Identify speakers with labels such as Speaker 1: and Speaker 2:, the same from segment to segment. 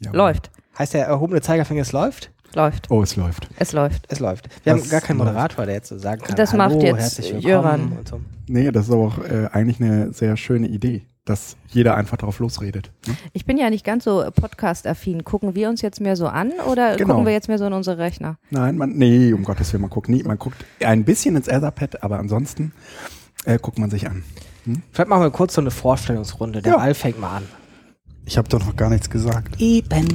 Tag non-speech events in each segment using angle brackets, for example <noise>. Speaker 1: Ja.
Speaker 2: Läuft,
Speaker 3: Heißt der erhobene Zeigerfinger, es läuft?
Speaker 2: läuft,
Speaker 1: Oh, es läuft.
Speaker 2: es läuft.
Speaker 3: Es läuft. Wir
Speaker 1: Das
Speaker 3: haben gar keinen
Speaker 1: läuft.
Speaker 3: Moderator, der jetzt so sagen kann.
Speaker 2: Das
Speaker 3: Hallo,
Speaker 2: macht jetzt
Speaker 3: herzlich willkommen
Speaker 2: Jöran.
Speaker 3: Und so.
Speaker 1: Nee, das ist aber auch äh, eigentlich eine sehr schöne Idee, dass jeder einfach drauf losredet. Ne?
Speaker 2: Ich bin ja nicht ganz so äh, podcast-affin. Gucken wir uns jetzt mehr so an oder
Speaker 1: Genau.
Speaker 2: gucken wir jetzt mehr so in unsere Rechner?
Speaker 1: Nein, man, nee, um Gottes Willen, man guckt nie. Man guckt ein bisschen ins Etherpad, aber ansonsten äh, guckt man sich an.
Speaker 3: Vielleicht machen wir kurz so eine Vorstellungsrunde. Der
Speaker 1: Ja.
Speaker 3: Ralf fängt mal an.
Speaker 4: Ich habe doch noch gar nichts gesagt.
Speaker 2: Eben.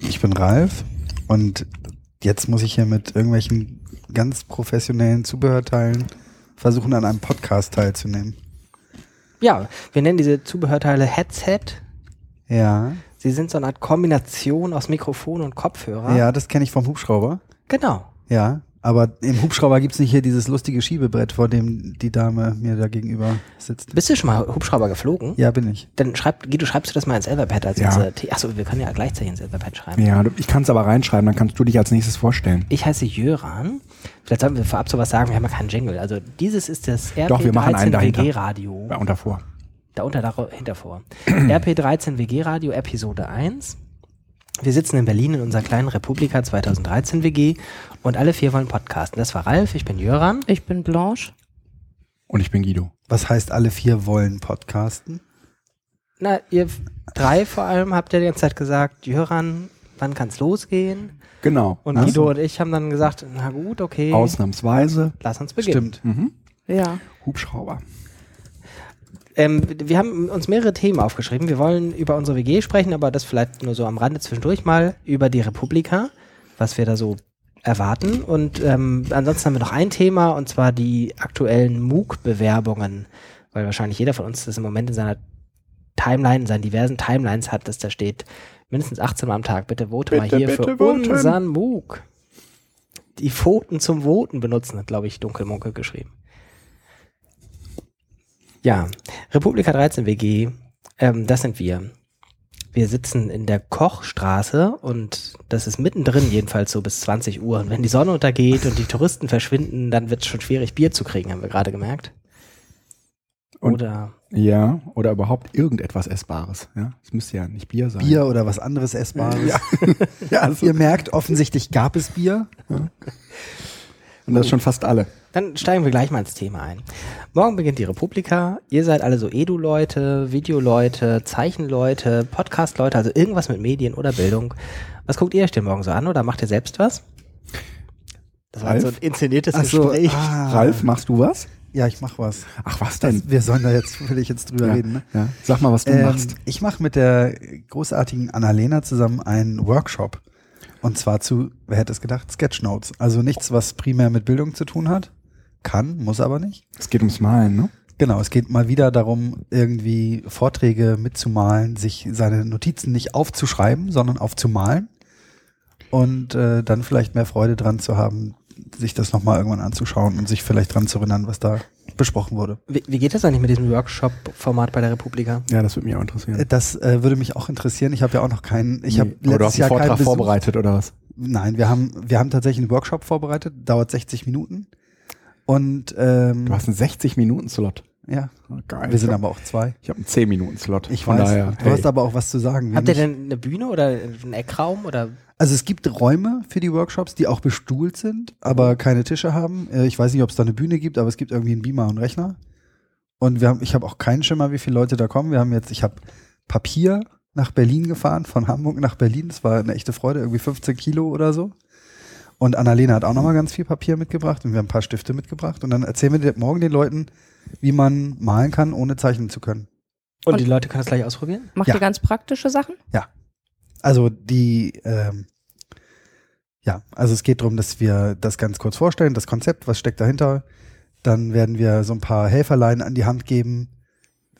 Speaker 4: Ich bin Ralf und jetzt muss ich hier mit irgendwelchen ganz professionellen Zubehörteilen versuchen, an einem Podcast teilzunehmen.
Speaker 3: Ja, wir nennen diese Zubehörteile Headset.
Speaker 4: Ja.
Speaker 3: Sie sind so eine Art Kombination aus Mikrofon und Kopfhörer.
Speaker 4: Ja, das kenne ich vom Hubschrauber.
Speaker 3: Genau.
Speaker 4: Ja. Aber im Hubschrauber gibt's nicht hier dieses lustige Schiebebrett, vor dem die Dame mir da gegenüber sitzt.
Speaker 3: Bist du schon mal Hubschrauber geflogen?
Speaker 4: Ja, bin ich.
Speaker 3: Dann schreib, Guido, schreibst du das mal ins äh, Etherpad als
Speaker 1: Ja.
Speaker 3: unsere The- Achso, wir können ja gleichzeitig ins Etherpad schreiben.
Speaker 1: Ja, du- ich kann es aber reinschreiben, dann kannst du dich als nächstes vorstellen.
Speaker 3: Ich heiße Jöran. Vielleicht sollten wir vorab sowas sagen, wir haben ja keinen Jingle. Also dieses ist das
Speaker 1: Doch, wir machen einen dahinter.
Speaker 3: RP13WG-Radio.
Speaker 1: Ja, Und davor.
Speaker 3: Da unter, da hinter vor. <clears throat> RP13WG-Radio, Episode 1. Wir sitzen in Berlin in unserer kleinen Republika 2013-WG und alle vier wollen podcasten. Das war Ralf, ich bin Jöran.
Speaker 2: Ich bin Blanche.
Speaker 1: Und ich bin Guido.
Speaker 4: Was heißt, alle vier wollen podcasten?
Speaker 3: Na, ihr f- drei vor allem habt ja die ganze Zeit gesagt, Jöran, wann kann's losgehen?
Speaker 1: Genau.
Speaker 3: Und
Speaker 1: Ne?
Speaker 3: Guido und ich haben dann gesagt, na gut, okay,
Speaker 1: Ausnahmsweise
Speaker 3: lass uns beginnen.
Speaker 4: Stimmt.
Speaker 2: Ja.
Speaker 1: Hubschrauber.
Speaker 3: Ähm, wir haben uns mehrere Themen aufgeschrieben. Wir wollen über unsere WG sprechen, aber das vielleicht nur so am Rande zwischendurch mal über die Republika, was wir da so erwarten. Und ähm, ansonsten haben wir noch ein Thema und zwar die aktuellen MOOC-Bewerbungen, weil wahrscheinlich jeder von uns das im Moment in seiner Timeline, in seinen diversen Timelines hat, dass da steht, mindestens 18 Mal am Tag, bitte vote mal
Speaker 1: Bitte,
Speaker 3: hier
Speaker 1: bitte
Speaker 3: für
Speaker 1: voten.
Speaker 3: unseren MOOC. Die Pfoten zum Voten benutzen, hat, glaube ich, Dunkelmunkel geschrieben. Ja, Republika 13 WG, ähm, das sind wir. Wir sitzen in der Kochstraße und das ist mittendrin jedenfalls so bis 20 Uhr. Und wenn die Sonne untergeht und die Touristen verschwinden, dann wird es schon schwierig, Bier zu kriegen, haben wir gerade gemerkt.
Speaker 1: Und-
Speaker 3: Oder
Speaker 1: Ja, oder überhaupt irgendetwas Essbares. Ja, es müsste ja nicht Bier sein.
Speaker 4: Bier oder was anderes Essbares.
Speaker 1: Ja, <laughs> also- das,
Speaker 4: <laughs> Ihr merkt, offensichtlich gab es Bier.
Speaker 1: und das schon fast alle.
Speaker 3: Dann steigen wir gleich mal ins Thema ein. Morgen beginnt die Republika. Ihr seid alle so Edu-Leute, Videoleute, Zeichenleute, Podcast-Leute, also irgendwas mit Medien oder Bildung. Was guckt ihr euch denn morgen so an oder macht ihr selbst was? Das war jetzt so ein
Speaker 1: Ralf?
Speaker 3: inszeniertes
Speaker 4: Ach so,
Speaker 3: Gespräch.
Speaker 4: ah.
Speaker 1: Ralf, machst du was?
Speaker 4: Ja, ich mach was.
Speaker 1: Ach, was
Speaker 4: Das,
Speaker 1: denn?
Speaker 4: wir sollen da jetzt völlig jetzt drüber
Speaker 1: ja,
Speaker 4: reden. Ne?
Speaker 1: ja. Sag mal, was du
Speaker 4: Ähm,
Speaker 1: machst.
Speaker 4: Ich mache mit der großartigen Annalena zusammen einen Workshop. Und zwar zu, wer hätte es gedacht, Sketchnotes. Also nichts, was primär mit Bildung zu tun hat. Kann, muss aber nicht.
Speaker 1: Es geht ums Malen, ne?
Speaker 4: Genau, es geht mal wieder darum, irgendwie Vorträge mitzumalen, sich seine Notizen nicht aufzuschreiben, sondern aufzumalen. Und äh, dann vielleicht mehr Freude dran zu haben, sich das nochmal irgendwann anzuschauen und sich vielleicht dran zu erinnern, was da besprochen wurde.
Speaker 3: Wie, wie geht das eigentlich mit diesem Workshop-Format bei der Republika?
Speaker 1: Ja, das würde mich auch interessieren.
Speaker 4: Äh, Das äh, würde mich auch interessieren. Ich habe ja auch noch keinen, ich habe
Speaker 1: Hm. Nee, aber du
Speaker 4: letztes
Speaker 1: hast einen
Speaker 4: Jahr keinen
Speaker 1: Vortrag
Speaker 4: Besuch.
Speaker 1: vorbereitet oder was?
Speaker 4: Nein, wir haben, wir haben tatsächlich einen Workshop vorbereitet, dauert 60 Minuten. Und ähm,
Speaker 1: Du hast einen 60-Minuten-Slot.
Speaker 4: ja,
Speaker 1: Oh, geil.
Speaker 4: wir sind
Speaker 1: Ich hab-
Speaker 4: aber auch zwei.
Speaker 1: Ich habe einen 10-Minuten-Slot.
Speaker 4: Ich
Speaker 1: Von
Speaker 4: weiß,
Speaker 1: Daher,
Speaker 4: du
Speaker 1: hey.
Speaker 4: hast aber auch was zu sagen. Wir
Speaker 3: Habt ihr
Speaker 4: nicht-
Speaker 3: denn eine Bühne oder einen Eckraum oder
Speaker 4: also es gibt Räume für die Workshops, die auch bestuhlt sind, aber keine Tische haben. Äh, Ich weiß nicht, ob es da eine Bühne gibt, aber es gibt irgendwie einen Beamer und einen Rechner. Und wir haben, ich habe auch keinen Schimmer, wie viele Leute da kommen. Wir haben jetzt, ich habe Papier nach Berlin gefahren, von Hamburg nach Berlin. Das war eine echte Freude, irgendwie 15 Kilo oder so. Und Annalena hat auch nochmal ganz viel Papier mitgebracht und wir haben ein paar Stifte mitgebracht. Und dann erzählen wir dir morgen den Leuten, wie man malen kann, ohne zeichnen zu können.
Speaker 3: und,
Speaker 2: Und-
Speaker 3: die Leute können das gleich ausprobieren?
Speaker 2: Macht
Speaker 4: Ja.
Speaker 2: ihr ganz praktische Sachen?
Speaker 4: Also die, ähm, ja, also es geht darum, dass wir das ganz kurz vorstellen, das Konzept, was steckt dahinter. Dann werden wir so ein paar Helferlein an die Hand geben,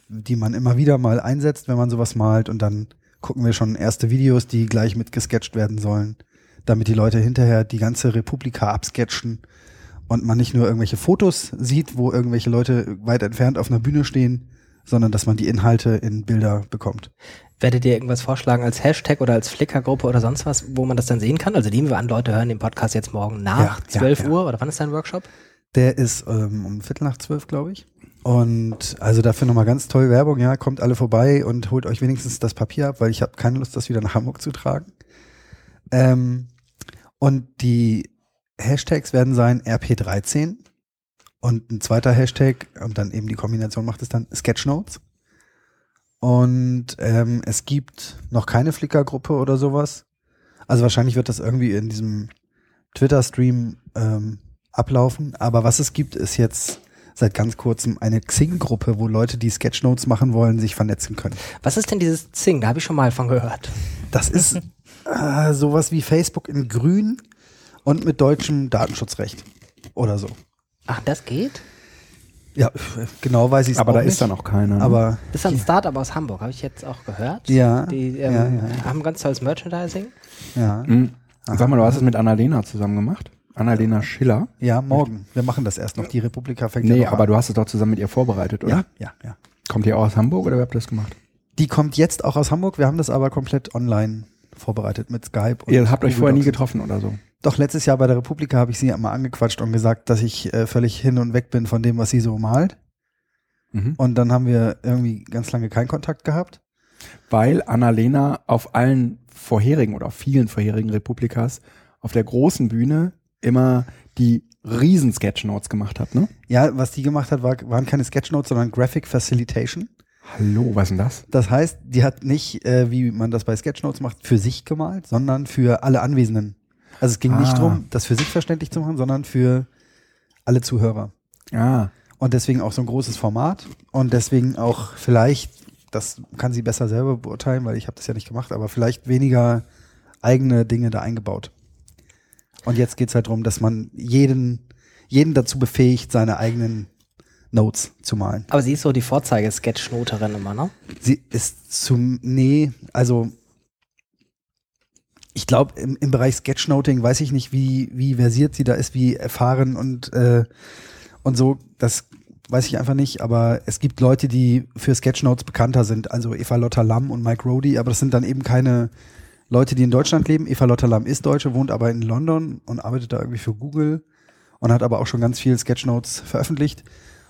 Speaker 4: die man immer wieder mal einsetzt, wenn man sowas malt. Und dann gucken wir schon erste Videos, die gleich mitgesketcht werden sollen, damit die Leute hinterher die ganze Republika absketchen und man nicht nur irgendwelche Fotos sieht, wo irgendwelche Leute weit entfernt auf einer Bühne stehen, sondern dass man die Inhalte in Bilder bekommt.
Speaker 3: Werdet ihr irgendwas vorschlagen als Hashtag oder als Flickr-Gruppe oder sonst was, wo man das dann sehen kann? Also nehmen wir an, Leute hören den Podcast jetzt morgen nach
Speaker 4: Ja, ja,
Speaker 3: 12
Speaker 4: ja.
Speaker 3: Uhr oder wann ist dein Workshop?
Speaker 4: Der ist ähm, um Viertel nach zwölf, glaube ich. Und also dafür nochmal ganz toll Werbung, ja, kommt alle vorbei und holt euch wenigstens das Papier ab, weil ich habe keine Lust, das wieder nach Hamburg zu tragen. Ähm, und die Hashtags werden sein RP13 und ein zweiter Hashtag und dann eben die Kombination macht es dann Sketchnotes. Und ähm, es gibt noch keine Flickr-Gruppe oder sowas. Also wahrscheinlich wird das irgendwie in diesem Twitter-Stream ähm, ablaufen. Aber was es gibt, ist jetzt seit ganz kurzem eine Xing-Gruppe, wo Leute, die Sketchnotes machen wollen, sich vernetzen können.
Speaker 3: Was ist denn dieses Zing? Da habe ich schon mal von gehört.
Speaker 4: Das ist äh, sowas wie Facebook in Grün und mit deutschem Datenschutzrecht oder so.
Speaker 3: Ach, das geht?
Speaker 4: Ja, genau weiß ich es
Speaker 1: Aber
Speaker 4: auch
Speaker 1: da
Speaker 4: nicht. Mhm.
Speaker 1: ist dann auch keiner. ne?
Speaker 4: Aber
Speaker 3: Das ist ein Startup aus Hamburg, habe ich jetzt auch gehört.
Speaker 4: Ja,
Speaker 3: Die ähm,
Speaker 4: ja, ja.
Speaker 3: haben ganz tolles Merchandising.
Speaker 4: ja,
Speaker 1: Mhm. Sag mal, du hast es mit Annalena zusammen gemacht? Annalena Schiller?
Speaker 4: ja, morgen. Wir machen das erst noch. Die Republika fängt
Speaker 1: Nee,
Speaker 4: ja noch
Speaker 1: aber
Speaker 4: an.
Speaker 1: du hast es doch zusammen mit ihr vorbereitet, oder?
Speaker 4: ja, ja, ja.
Speaker 1: Kommt ihr auch aus Hamburg oder wer habt ihr das gemacht?
Speaker 4: Die kommt jetzt auch aus Hamburg. Wir haben das aber komplett online vorbereitet mit Skype. Und
Speaker 1: ihr habt euch
Speaker 4: Google
Speaker 1: vorher nie
Speaker 4: Docs.
Speaker 1: getroffen oder so.
Speaker 4: Doch letztes Jahr bei der Republika habe ich sie mal angequatscht und gesagt, dass ich äh, völlig hin und weg bin von dem, was sie so malt.
Speaker 1: Mhm.
Speaker 4: Und dann haben wir irgendwie ganz lange keinen Kontakt gehabt.
Speaker 1: Weil Annalena auf allen vorherigen oder auf vielen vorherigen Republikas auf der großen Bühne immer die riesen Sketchnotes gemacht hat, ne?
Speaker 4: Ja, was die gemacht hat, war, waren keine Sketchnotes, sondern Graphic Facilitation.
Speaker 1: Hallo, was ist denn das?
Speaker 4: Das heißt, die hat nicht, äh, wie man das bei Sketchnotes macht, für sich gemalt, sondern für alle Anwesenden. Also es ging
Speaker 1: Ah.
Speaker 4: nicht darum, das für sich verständlich zu machen, sondern für alle Zuhörer.
Speaker 1: Ah,
Speaker 4: Und deswegen auch so ein großes Format und deswegen auch vielleicht, das kann sie besser selber beurteilen, weil ich habe das ja nicht gemacht, aber vielleicht weniger eigene Dinge da eingebaut. Und jetzt geht's halt darum, dass man jeden, jeden dazu befähigt, seine eigenen Notes zu malen.
Speaker 3: Aber sie ist so die Vorzeige-Sketchnoterin immer, ne?
Speaker 4: Sie ist zum, nee, also ich glaube, im, im Bereich Sketchnoting weiß ich nicht, wie, wie versiert sie da ist, wie erfahren und, äh, und so, das weiß ich einfach nicht, aber es gibt Leute, die für Sketchnotes bekannter sind, also Eva Lotta Lamm und Mike Rohde, aber das sind dann eben keine Leute, die in Deutschland leben. Eva Lotta Lamm ist Deutsche, wohnt aber in London und arbeitet da irgendwie für Google und hat aber auch schon ganz viel Sketchnotes veröffentlicht.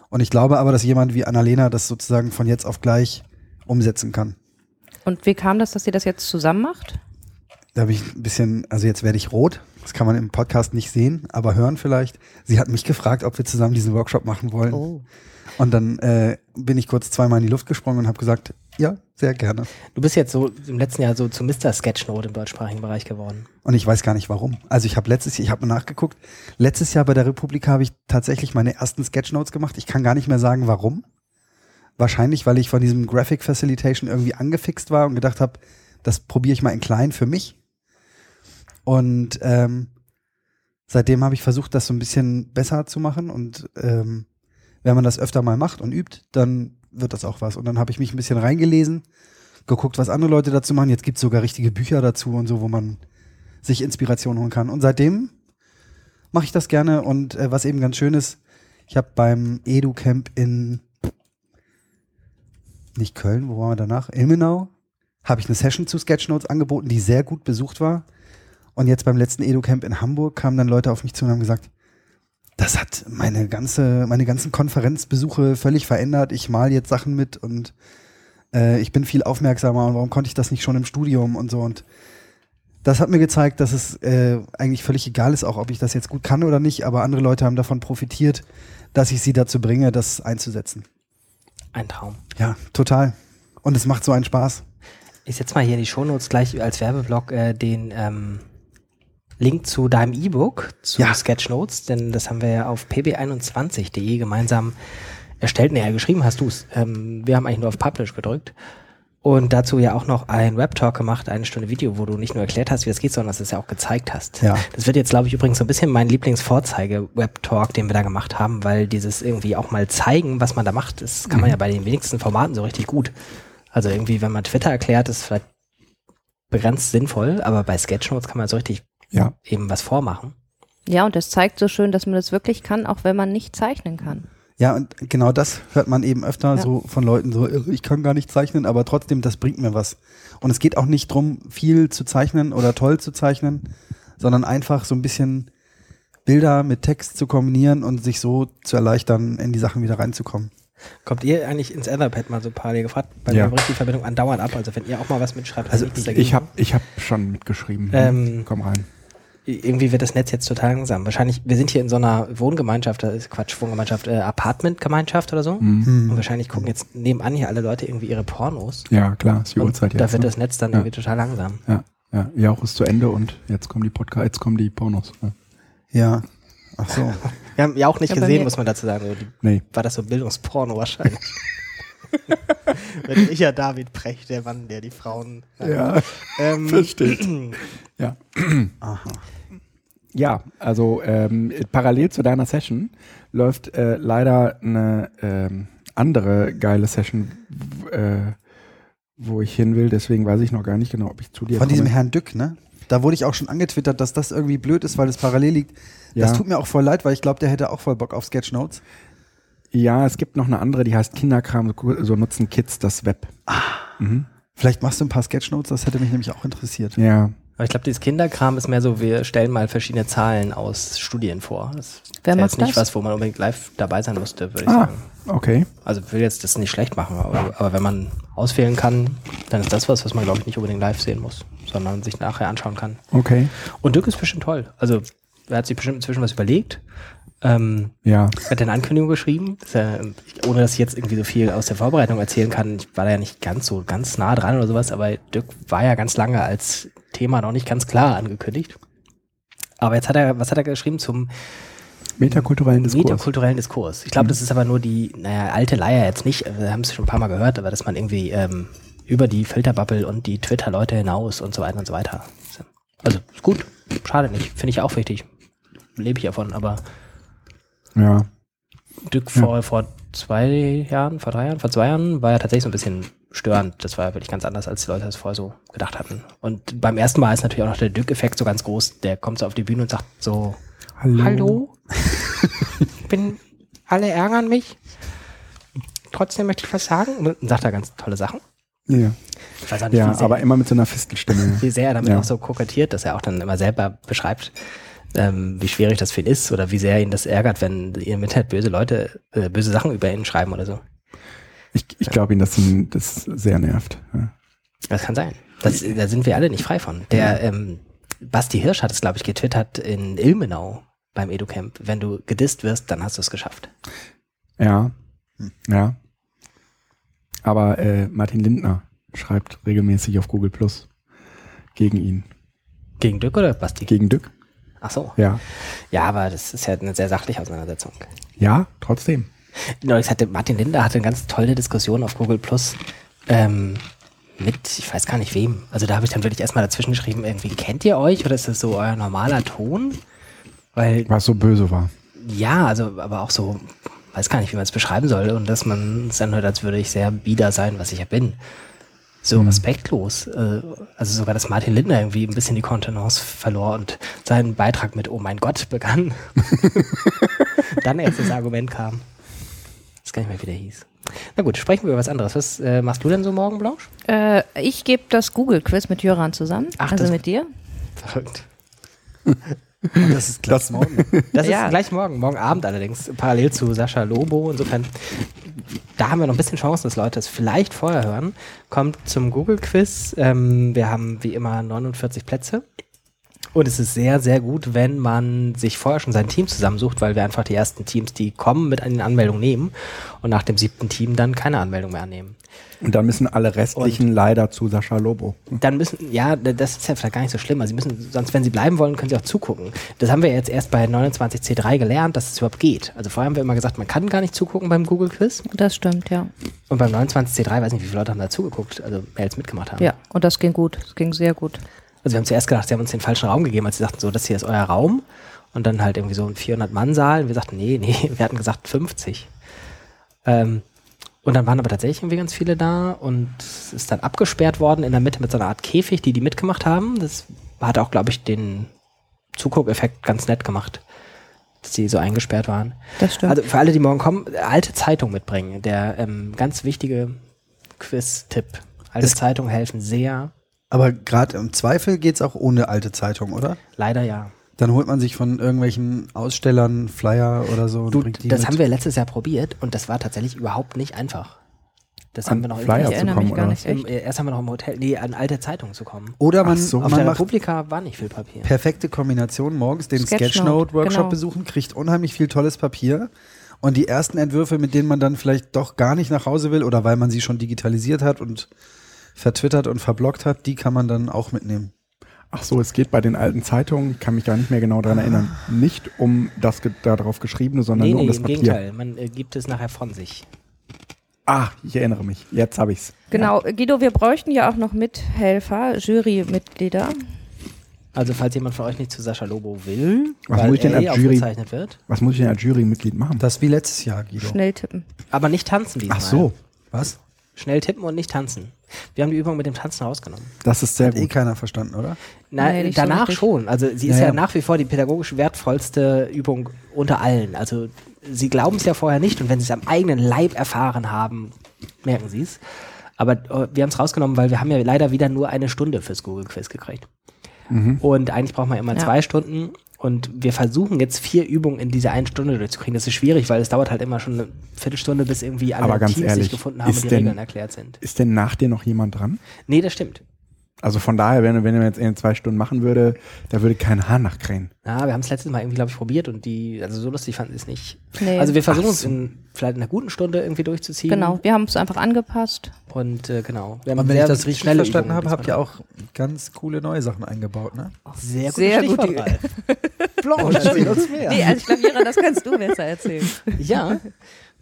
Speaker 4: Und ich glaube aber, dass jemand wie Annalena das sozusagen von jetzt auf gleich umsetzen kann.
Speaker 2: Und wie kam das, dass ihr das jetzt zusammen macht?
Speaker 4: Da habe ich ein bisschen, also jetzt werde ich rot. Das kann man im Podcast nicht sehen, aber hören vielleicht. Sie hat mich gefragt, ob wir zusammen diesen Workshop machen wollen. Und dann äh, bin ich kurz zweimal in die Luft gesprungen und habe gesagt, ja, sehr gerne.
Speaker 3: Du bist jetzt so im letzten Jahr so zu Mr. Sketchnote im deutschsprachigen Bereich geworden.
Speaker 4: Und ich weiß gar nicht warum. Also ich habe letztes Jahr, ich habe nachgeguckt, letztes Jahr bei der Republik habe ich tatsächlich meine ersten Sketchnotes gemacht. Ich kann gar nicht mehr sagen, warum. Wahrscheinlich, weil ich von diesem Graphic Facilitation irgendwie angefixt war und gedacht habe, das probiere ich mal in klein für mich. Und ähm, seitdem habe ich versucht, das so ein bisschen besser zu machen. Und ähm, wenn man das öfter mal macht und übt, dann wird das auch was. Und dann habe ich mich ein bisschen reingelesen, geguckt, was andere Leute dazu machen. Jetzt gibt es sogar richtige Bücher dazu und so, wo man sich Inspiration holen kann. Und seitdem mache ich das gerne. Und äh, was eben ganz schön ist, ich habe beim Edu-Camp in nicht Köln, wo waren wir danach? Ilmenau, habe ich eine Session zu Sketchnotes angeboten, die sehr gut besucht war. Und jetzt beim letzten Edu-Camp in Hamburg kamen dann Leute auf mich zu und haben gesagt, das hat meine ganze, meine ganzen Konferenzbesuche völlig verändert. Ich mal jetzt Sachen mit und äh, ich bin viel aufmerksamer und warum konnte ich das nicht schon im Studium und so und das hat mir gezeigt, dass es äh, eigentlich völlig egal ist, auch ob ich das jetzt gut kann oder nicht, aber andere Leute haben davon profitiert, dass ich sie dazu bringe, das einzusetzen.
Speaker 3: Ein Traum.
Speaker 4: Ja, total. Und es macht so einen Spaß.
Speaker 3: Ich setze mal hier in die Shownotes gleich als Werbeblock äh, den ähm, Link zu deinem E-Book zu
Speaker 4: Ja.
Speaker 3: Sketchnotes, denn das haben wir ja auf pb21.de gemeinsam erstellt. Naja, geschrieben hast du es. Ähm, wir haben eigentlich nur auf Publish gedrückt. Und dazu ja auch noch ein Web-Talk gemacht, eine Stunde Video, wo du nicht nur erklärt hast, wie das geht, sondern dass du es ja auch gezeigt hast.
Speaker 4: Ja.
Speaker 3: Das wird jetzt, glaube ich, übrigens so ein bisschen mein Lieblingsvorzeige-Web-Talk, den wir da gemacht haben, weil dieses irgendwie auch mal zeigen, was man da macht, das kann man
Speaker 4: Mhm.
Speaker 3: ja bei den wenigsten Formaten so richtig gut. Also irgendwie, wenn man Twitter erklärt, ist vielleicht begrenzt sinnvoll, aber bei Sketchnotes kann man so richtig
Speaker 1: Ja.
Speaker 3: eben was vormachen.
Speaker 2: Ja, und das zeigt so schön, dass man das wirklich kann, auch wenn man nicht zeichnen kann.
Speaker 4: Ja, und genau das hört man eben öfter
Speaker 2: Ja.
Speaker 4: so von Leuten so, ich kann gar nicht zeichnen, aber trotzdem, das bringt mir was. Und es geht auch nicht drum, viel zu zeichnen oder toll zu zeichnen, sondern einfach so ein bisschen Bilder mit Text zu kombinieren und sich so zu erleichtern, in die Sachen wieder reinzukommen.
Speaker 3: Kommt ihr eigentlich ins Etherpad mal so parallel gefragt? Bei
Speaker 1: Ja.
Speaker 3: mir bricht die Verbindung andauernd ab. Also wenn ihr auch mal was mitschreibt,
Speaker 4: Also
Speaker 3: hab nichts dagegen.
Speaker 1: Ich habe ich hab schon mitgeschrieben.
Speaker 3: Ähm,
Speaker 1: Komm rein.
Speaker 3: irgendwie wird das Netz jetzt total langsam. Wahrscheinlich, wir sind hier in so einer Wohngemeinschaft, das ist Quatsch, Wohngemeinschaft, äh, Apartmentgemeinschaft oder so. Und wahrscheinlich gucken jetzt nebenan hier alle Leute irgendwie ihre Pornos.
Speaker 1: Ja, klar, ist Mhm. die
Speaker 3: Und
Speaker 1: Uhrzeit
Speaker 3: da
Speaker 1: jetzt.
Speaker 3: wird
Speaker 1: ne?
Speaker 3: das Netz dann
Speaker 1: Ja.
Speaker 3: irgendwie total langsam.
Speaker 1: ja, ja, Jauch ist zu Ende und jetzt kommen die Podcast, jetzt kommen die Pornos. ne? Ja.
Speaker 4: Ja. Ach so.
Speaker 3: <laughs> Wir haben ja auch nicht
Speaker 2: Ja, bei
Speaker 3: gesehen,
Speaker 2: mir-
Speaker 3: muss man dazu sagen. So, die,
Speaker 1: Nee.
Speaker 3: War das so Bildungsporno wahrscheinlich. <laughs> Wenn ich ja David Precht, der Mann, der die Frauen.
Speaker 1: Ja, <laughs>
Speaker 3: Ähm, <clears throat>
Speaker 1: versteht. ja.
Speaker 4: Aha.
Speaker 1: Ja, also ähm, parallel zu deiner Session läuft äh, leider eine ähm, andere geile Session, w- äh, wo ich hin will. Deswegen weiß ich noch gar nicht genau, ob ich zu dir
Speaker 4: Von diesem
Speaker 1: komme.
Speaker 4: Herrn Dück, ne? Da wurde ich auch schon angetwittert, dass das irgendwie blöd ist, weil es parallel liegt.
Speaker 1: Ja.
Speaker 4: Das tut mir auch voll leid, weil ich glaube, der hätte auch voll Bock auf Sketchnotes.
Speaker 1: Ja, es gibt noch eine andere, die heißt Kinderkram, so so nutzen Kids das Web.
Speaker 4: Vielleicht machst du ein paar Sketchnotes, das hätte mich nämlich auch interessiert.
Speaker 1: Ja,
Speaker 3: Aber ich glaube, dieses Kinderkram ist mehr so, wir stellen mal verschiedene Zahlen aus Studien vor. Das
Speaker 2: Wer
Speaker 3: ist
Speaker 2: macht
Speaker 3: jetzt nicht
Speaker 2: das?
Speaker 3: was, wo man unbedingt live dabei sein musste, würde ich
Speaker 1: Ah,
Speaker 3: sagen.
Speaker 1: okay.
Speaker 3: Also ich will jetzt das nicht schlecht machen, aber, aber wenn man auswählen kann, dann ist das was, was man, glaube ich, nicht unbedingt live sehen muss, sondern sich nachher anschauen kann.
Speaker 1: Okay.
Speaker 3: Und Dirk ist bestimmt toll. Also er hat sich bestimmt inzwischen was überlegt. Ähm,
Speaker 1: Ja,
Speaker 3: er hat eine Ankündigung geschrieben, dass er, ich- ohne dass ich jetzt irgendwie so viel aus der Vorbereitung erzählen kann. Ich war da ja nicht ganz so ganz nah dran oder sowas, aber Dirk war ja ganz lange als Thema noch nicht ganz klar angekündigt. Aber jetzt hat er, was hat er geschrieben zum
Speaker 1: metakulturellen Diskurs.
Speaker 3: metakulturellen Diskurs? Ich glaube, das ist aber nur die, naja, alte Leier jetzt nicht, wir haben es schon ein paar Mal gehört, aber dass man irgendwie ähm, über die Filterbubble und die Twitter-Leute hinaus und so weiter und so weiter. Also ist gut, schade nicht, finde ich auch wichtig. Lebe ich davon, aber
Speaker 1: ja,
Speaker 3: Dück vor, vor zwei Jahren, vor drei Jahren, vor zwei Jahren war ja tatsächlich so ein bisschen störend. Das war ja wirklich ganz anders, als die Leute das vorher so gedacht hatten. Und beim ersten Mal ist natürlich auch noch der Dück-Effekt so ganz groß. Der kommt so auf die Bühne und sagt so,
Speaker 1: hallo. <laughs>
Speaker 3: ich bin, alle ärgern mich. Trotzdem möchte ich was sagen. Und dann sagt er ganz tolle Sachen.
Speaker 1: Ja,
Speaker 3: Ich weiß auch nicht, wie
Speaker 1: ja
Speaker 3: sehr-
Speaker 1: aber immer mit so einer Fistelstimme.
Speaker 3: wie sehr er damit
Speaker 1: Ja.
Speaker 3: auch so kokettiert, dass er auch dann immer selber beschreibt, ähm, wie schwierig das für ihn ist oder wie sehr ihn das ärgert, wenn ihr im Internet böse Leute, äh, böse Sachen über ihn schreiben oder so.
Speaker 1: Ich, ich glaube Ihnen, dass ihn das sehr nervt. Ja.
Speaker 3: Das kann sein. Das, da sind wir alle nicht frei von. Der ähm, Basti Hirsch hat es, glaube ich, getwittert in Ilmenau beim Educamp. Wenn du gedisst wirst, dann hast du es geschafft.
Speaker 1: Ja.
Speaker 3: Hm.
Speaker 1: ja. Aber äh, Martin Lindner schreibt regelmäßig auf Google Plus gegen ihn.
Speaker 3: Gegen Dirk oder Basti?
Speaker 1: Gegen Dück?
Speaker 3: Ach so.
Speaker 1: Ja.
Speaker 3: Ja, aber das ist ja eine sehr sachliche Auseinandersetzung.
Speaker 1: Ja, trotzdem.
Speaker 3: Neulich hatte Martin Linder hatte eine ganz tolle Diskussion auf Google Plus ähm, mit, ich weiß gar nicht wem. Also da habe ich dann wirklich erstmal dazwischen geschrieben, irgendwie kennt ihr euch oder ist das so euer normaler Ton? Weil
Speaker 1: Was so böse war.
Speaker 3: Ja, also aber auch so, weiß gar nicht, wie man es beschreiben soll und dass man es dann hört, als würde ich sehr bieder sein, was ich ja bin. So respektlos. äh, Also sogar, dass Martin Lindner irgendwie ein bisschen die Kontenance verlor und seinen Beitrag mit Oh mein Gott begann. dann erst das Argument kam. Das kann ich mal wieder hieß. Na gut, sprechen wir über was anderes. Was äh, machst du denn so morgen, Blanche?
Speaker 2: Äh, ich gebe das Google-Quiz mit Jöran zusammen.
Speaker 3: Ach,
Speaker 2: also
Speaker 3: das-
Speaker 2: mit dir.
Speaker 3: Verrückt.
Speaker 4: Das ist gleich morgen.
Speaker 3: Das
Speaker 2: Ja.
Speaker 3: ist gleich morgen, morgen Abend allerdings, parallel zu Sascha Lobo. Insofern, da haben wir noch ein bisschen Chancen, dass Leute es vielleicht vorher hören. Kommt zum Google-Quiz. Ähm, wir haben wie immer 49 Plätze. Und es ist sehr, sehr gut, wenn man sich vorher schon sein Team zusammensucht, weil wir einfach die ersten Teams, die kommen, mit an den Anmeldungen nehmen und nach dem siebten Team dann keine Anmeldung mehr annehmen.
Speaker 1: Und dann müssen alle restlichen leider zu Sascha Lobo.
Speaker 3: Dann müssen, ja, das ist ja vielleicht gar nicht so schlimm. Also sie müssen, sonst, wenn sie bleiben wollen, können sie auch zugucken. Das haben wir jetzt erst bei 29C3 gelernt, dass es überhaupt geht. Also vorher haben wir immer gesagt, man kann gar nicht zugucken beim Google Quiz.
Speaker 2: Das stimmt, ja.
Speaker 3: Und beim 29C3 weiß nicht, wie viele Leute haben da zugeguckt, also mehr als mitgemacht haben.
Speaker 2: Ja, und das ging gut. Das ging sehr gut.
Speaker 3: Also wir haben zuerst gedacht, sie haben uns den falschen Raum gegeben, als sie sagten, so, das hier ist euer Raum. Und dann halt irgendwie so ein 400-Mann-Saal. Und wir sagten, nee, nee, <laughs> wir hatten gesagt 50. Ähm, und dann waren aber tatsächlich irgendwie ganz viele da. Und es ist dann abgesperrt worden in der Mitte mit so einer Art Käfig, die die mitgemacht haben. Das hat auch, glaube ich, den Zuguckeffekt ganz nett gemacht, dass die so eingesperrt waren.
Speaker 2: Das stimmt.
Speaker 3: Also für alle, die morgen kommen, alte Zeitung mitbringen. Der ähm, ganz wichtige Quiz-Tipp. Alte
Speaker 4: Es-
Speaker 3: Zeitung helfen sehr.
Speaker 4: Aber gerade im Zweifel geht's auch ohne alte Zeitung, oder?
Speaker 3: Leider ja.
Speaker 4: Dann holt man sich von irgendwelchen Ausstellern Flyer oder so und
Speaker 3: Du,
Speaker 4: bringt die
Speaker 3: das
Speaker 4: mit.
Speaker 3: haben wir letztes Jahr probiert und das war tatsächlich überhaupt nicht einfach. Das haben
Speaker 1: An
Speaker 3: wir noch
Speaker 1: Flyer
Speaker 2: Ich
Speaker 1: zu
Speaker 2: erinnere
Speaker 1: kommen,
Speaker 2: mich gar
Speaker 1: oder?
Speaker 2: nicht
Speaker 3: im,
Speaker 2: echt.
Speaker 3: äh, erst haben wir noch im Hotel, nee, an alte Zeitungen zu kommen.
Speaker 4: Oder man,
Speaker 1: Ach so,
Speaker 4: man
Speaker 3: Auf der
Speaker 4: macht
Speaker 3: Republika war nicht viel Papier.
Speaker 4: perfekte Kombination morgens den
Speaker 2: Sketchnote,
Speaker 4: Sketchnote-Workshop
Speaker 2: genau.
Speaker 4: besuchen, kriegt unheimlich viel tolles Papier. Und die ersten Entwürfe, mit denen man dann vielleicht doch gar nicht nach Hause will oder weil man sie schon digitalisiert hat und vertwittert und verblockt hat, die kann man dann auch mitnehmen.
Speaker 1: Ach so, es geht bei den alten Zeitungen, kann mich gar nicht mehr genau daran erinnern, nicht um das ge- darauf geschriebene, sondern
Speaker 3: Ah. Nee,
Speaker 1: nur
Speaker 3: nee,
Speaker 1: um das
Speaker 3: im
Speaker 1: Papier.
Speaker 3: Gegenteil. Man äh, gibt es nachher von sich.
Speaker 1: Ah, ich erinnere mich. Jetzt habe ich's.
Speaker 2: Genau, Guido, wir bräuchten ja auch noch Mithelfer, Jurymitglieder.
Speaker 3: Also falls jemand von euch nicht zu Sascha Lobo will,
Speaker 1: Was
Speaker 3: weil
Speaker 1: muss ich denn
Speaker 3: er eh
Speaker 1: als Jury-
Speaker 3: aufgezeichnet wird.
Speaker 1: Was muss ich denn als Jurymitglied machen?
Speaker 4: Das wie letztes Jahr, Guido.
Speaker 2: Schnell tippen.
Speaker 3: Aber nicht tanzen diesmal.
Speaker 1: Ach so,
Speaker 4: Was?
Speaker 3: Schnell tippen und nicht tanzen. Wir haben die Übung mit dem Tanzen rausgenommen.
Speaker 1: das ist sehr
Speaker 4: Hat eh
Speaker 1: gut.
Speaker 4: keiner verstanden, oder?
Speaker 3: Na,
Speaker 2: Nee, nicht so
Speaker 3: danach
Speaker 2: richtig.
Speaker 3: schon. Also sie ist
Speaker 4: Ja,
Speaker 3: ja,
Speaker 4: ja.
Speaker 3: nach wie vor die pädagogisch wertvollste Übung unter allen. Also sie glauben es ja vorher nicht und wenn sie es am eigenen Leib erfahren haben, merken sie es. Aber äh, wir haben es rausgenommen, weil wir haben ja leider wieder nur eine Stunde fürs Google Quiz gekriegt.
Speaker 1: Mhm.
Speaker 3: Und eigentlich braucht man immer
Speaker 2: Ja.
Speaker 3: zwei Stunden. Und wir versuchen jetzt vier Übungen in dieser einen Stunde durchzukriegen. Das ist schwierig, weil es dauert halt immer schon eine Viertelstunde, bis irgendwie alle
Speaker 1: Aber ganz
Speaker 3: Teams
Speaker 1: ehrlich,
Speaker 3: sich gefunden haben
Speaker 1: ist
Speaker 3: und die
Speaker 1: denn-
Speaker 3: Regeln erklärt sind.
Speaker 1: Ist denn nach dir noch jemand dran?
Speaker 3: Nee, das stimmt.
Speaker 1: Also von daher, wenn, wenn er jetzt in zwei Stunden machen würde, da würde kein Haar nachkrähen.
Speaker 3: Ja, wir haben es letztes Mal irgendwie, glaube ich, probiert und die, also so lustig fanden sie es nicht.
Speaker 2: Nee.
Speaker 3: Also wir versuchen
Speaker 1: Ach
Speaker 3: es
Speaker 1: so.
Speaker 3: in vielleicht in einer guten Stunde irgendwie durchzuziehen.
Speaker 2: Genau, wir haben es einfach angepasst.
Speaker 3: Und äh, genau. Wir haben
Speaker 4: Und wenn
Speaker 3: sehr
Speaker 4: ich das richtig
Speaker 3: schnelle
Speaker 4: verstanden
Speaker 3: Übungen
Speaker 4: habe, habt ihr
Speaker 3: diesmal.
Speaker 4: auch ganz coole neue Sachen eingebaut, ne?
Speaker 3: sehr gute
Speaker 2: sehr
Speaker 3: Stichwort,
Speaker 2: gute-
Speaker 3: <laughs> Ralf. Blanche, erzähl uns mehr.
Speaker 2: Nee, also als Klavierer, das kannst du besser erzählen.
Speaker 3: <laughs> Ja.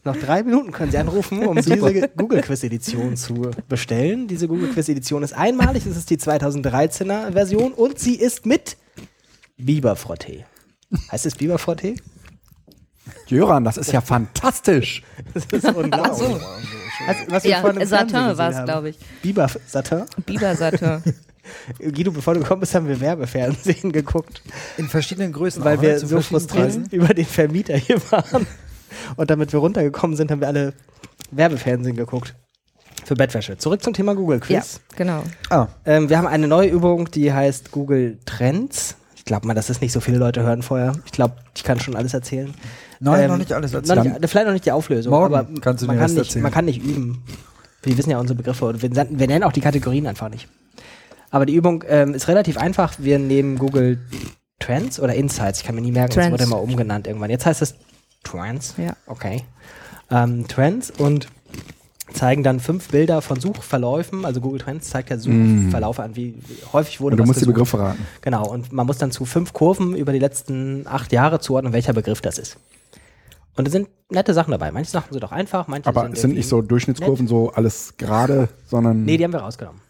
Speaker 3: Noch drei Minuten können Sie anrufen, um diese Google Quiz Edition zu bestellen. Diese Google Quiz Edition ist einmalig. Es ist die 2013er Version und sie ist mit Biberfrottee. Heißt es Biberfrottee?
Speaker 1: Jöran, das ist ja fantastisch.
Speaker 3: Das <laughs> ist unglaublich. Also, was
Speaker 2: <laughs>
Speaker 3: wir
Speaker 2: Ja,
Speaker 3: vorhin im
Speaker 2: Satin
Speaker 3: Fernsehen gesehen
Speaker 2: war's,
Speaker 3: haben.
Speaker 2: glaub ich.
Speaker 3: Biber Satin. <laughs>
Speaker 2: Bibersatte.
Speaker 3: Guido, bevor du gekommen bist, haben wir Werbefernsehen geguckt,
Speaker 4: In verschiedenen Größen,
Speaker 3: weil
Speaker 4: auch,
Speaker 3: wir
Speaker 4: ne? Zu
Speaker 3: so
Speaker 4: verschiedenen
Speaker 3: frustriert
Speaker 4: Preisen.
Speaker 3: über den Vermieter hier waren. Und damit wir runtergekommen sind, haben wir alle Werbefernsehen geguckt. Für Bettwäsche. Zurück zum Thema Google
Speaker 2: Ja,
Speaker 3: Quiz.
Speaker 2: genau.
Speaker 4: Ah,
Speaker 3: Ähm, wir haben eine neue Übung, die heißt Google Trends. Ich glaube mal, dass das nicht so viele Leute hören vorher. Ich glaube, ich kann schon alles erzählen.
Speaker 4: nein,
Speaker 3: Ähm,
Speaker 4: noch nicht alles
Speaker 3: Noch
Speaker 4: erzählen.
Speaker 3: nicht, vielleicht noch nicht die Auflösung,
Speaker 4: Morgen
Speaker 3: aber
Speaker 4: kannst du
Speaker 3: man,
Speaker 4: mir
Speaker 3: kann
Speaker 4: das
Speaker 3: nicht,
Speaker 4: erzählen.
Speaker 3: man kann nicht üben. Wir wissen ja unsere Begriffe und wir, san- wir nennen auch die Kategorien einfach nicht. Aber die Übung ähm, ist relativ einfach. Wir nehmen Google Trends oder Insights. Ich kann mir nie merken, es
Speaker 2: Trends.
Speaker 3: wurde mal umgenannt irgendwann. Jetzt heißt es Trends.
Speaker 2: Ja.
Speaker 3: Okay. Ähm, Trends und zeigen dann fünf Bilder von Suchverläufen. Also Google Trends zeigt ja
Speaker 4: Hm.
Speaker 3: Suchverläufe an, wie häufig wurde
Speaker 1: Und du
Speaker 3: was
Speaker 1: musst die
Speaker 3: gesucht.
Speaker 1: Begriffe raten.
Speaker 3: Genau, und man muss dann zu fünf Kurven über die letzten acht Jahre zuordnen, welcher Begriff das ist. Und da sind nette Sachen dabei. Manche Sachen sind auch einfach, manche
Speaker 1: Aber
Speaker 3: sind,
Speaker 1: es sind nicht so
Speaker 3: irgendwie-
Speaker 1: Durchschnittskurven, so alles gerade, sondern
Speaker 3: Nee, die haben wir rausgenommen.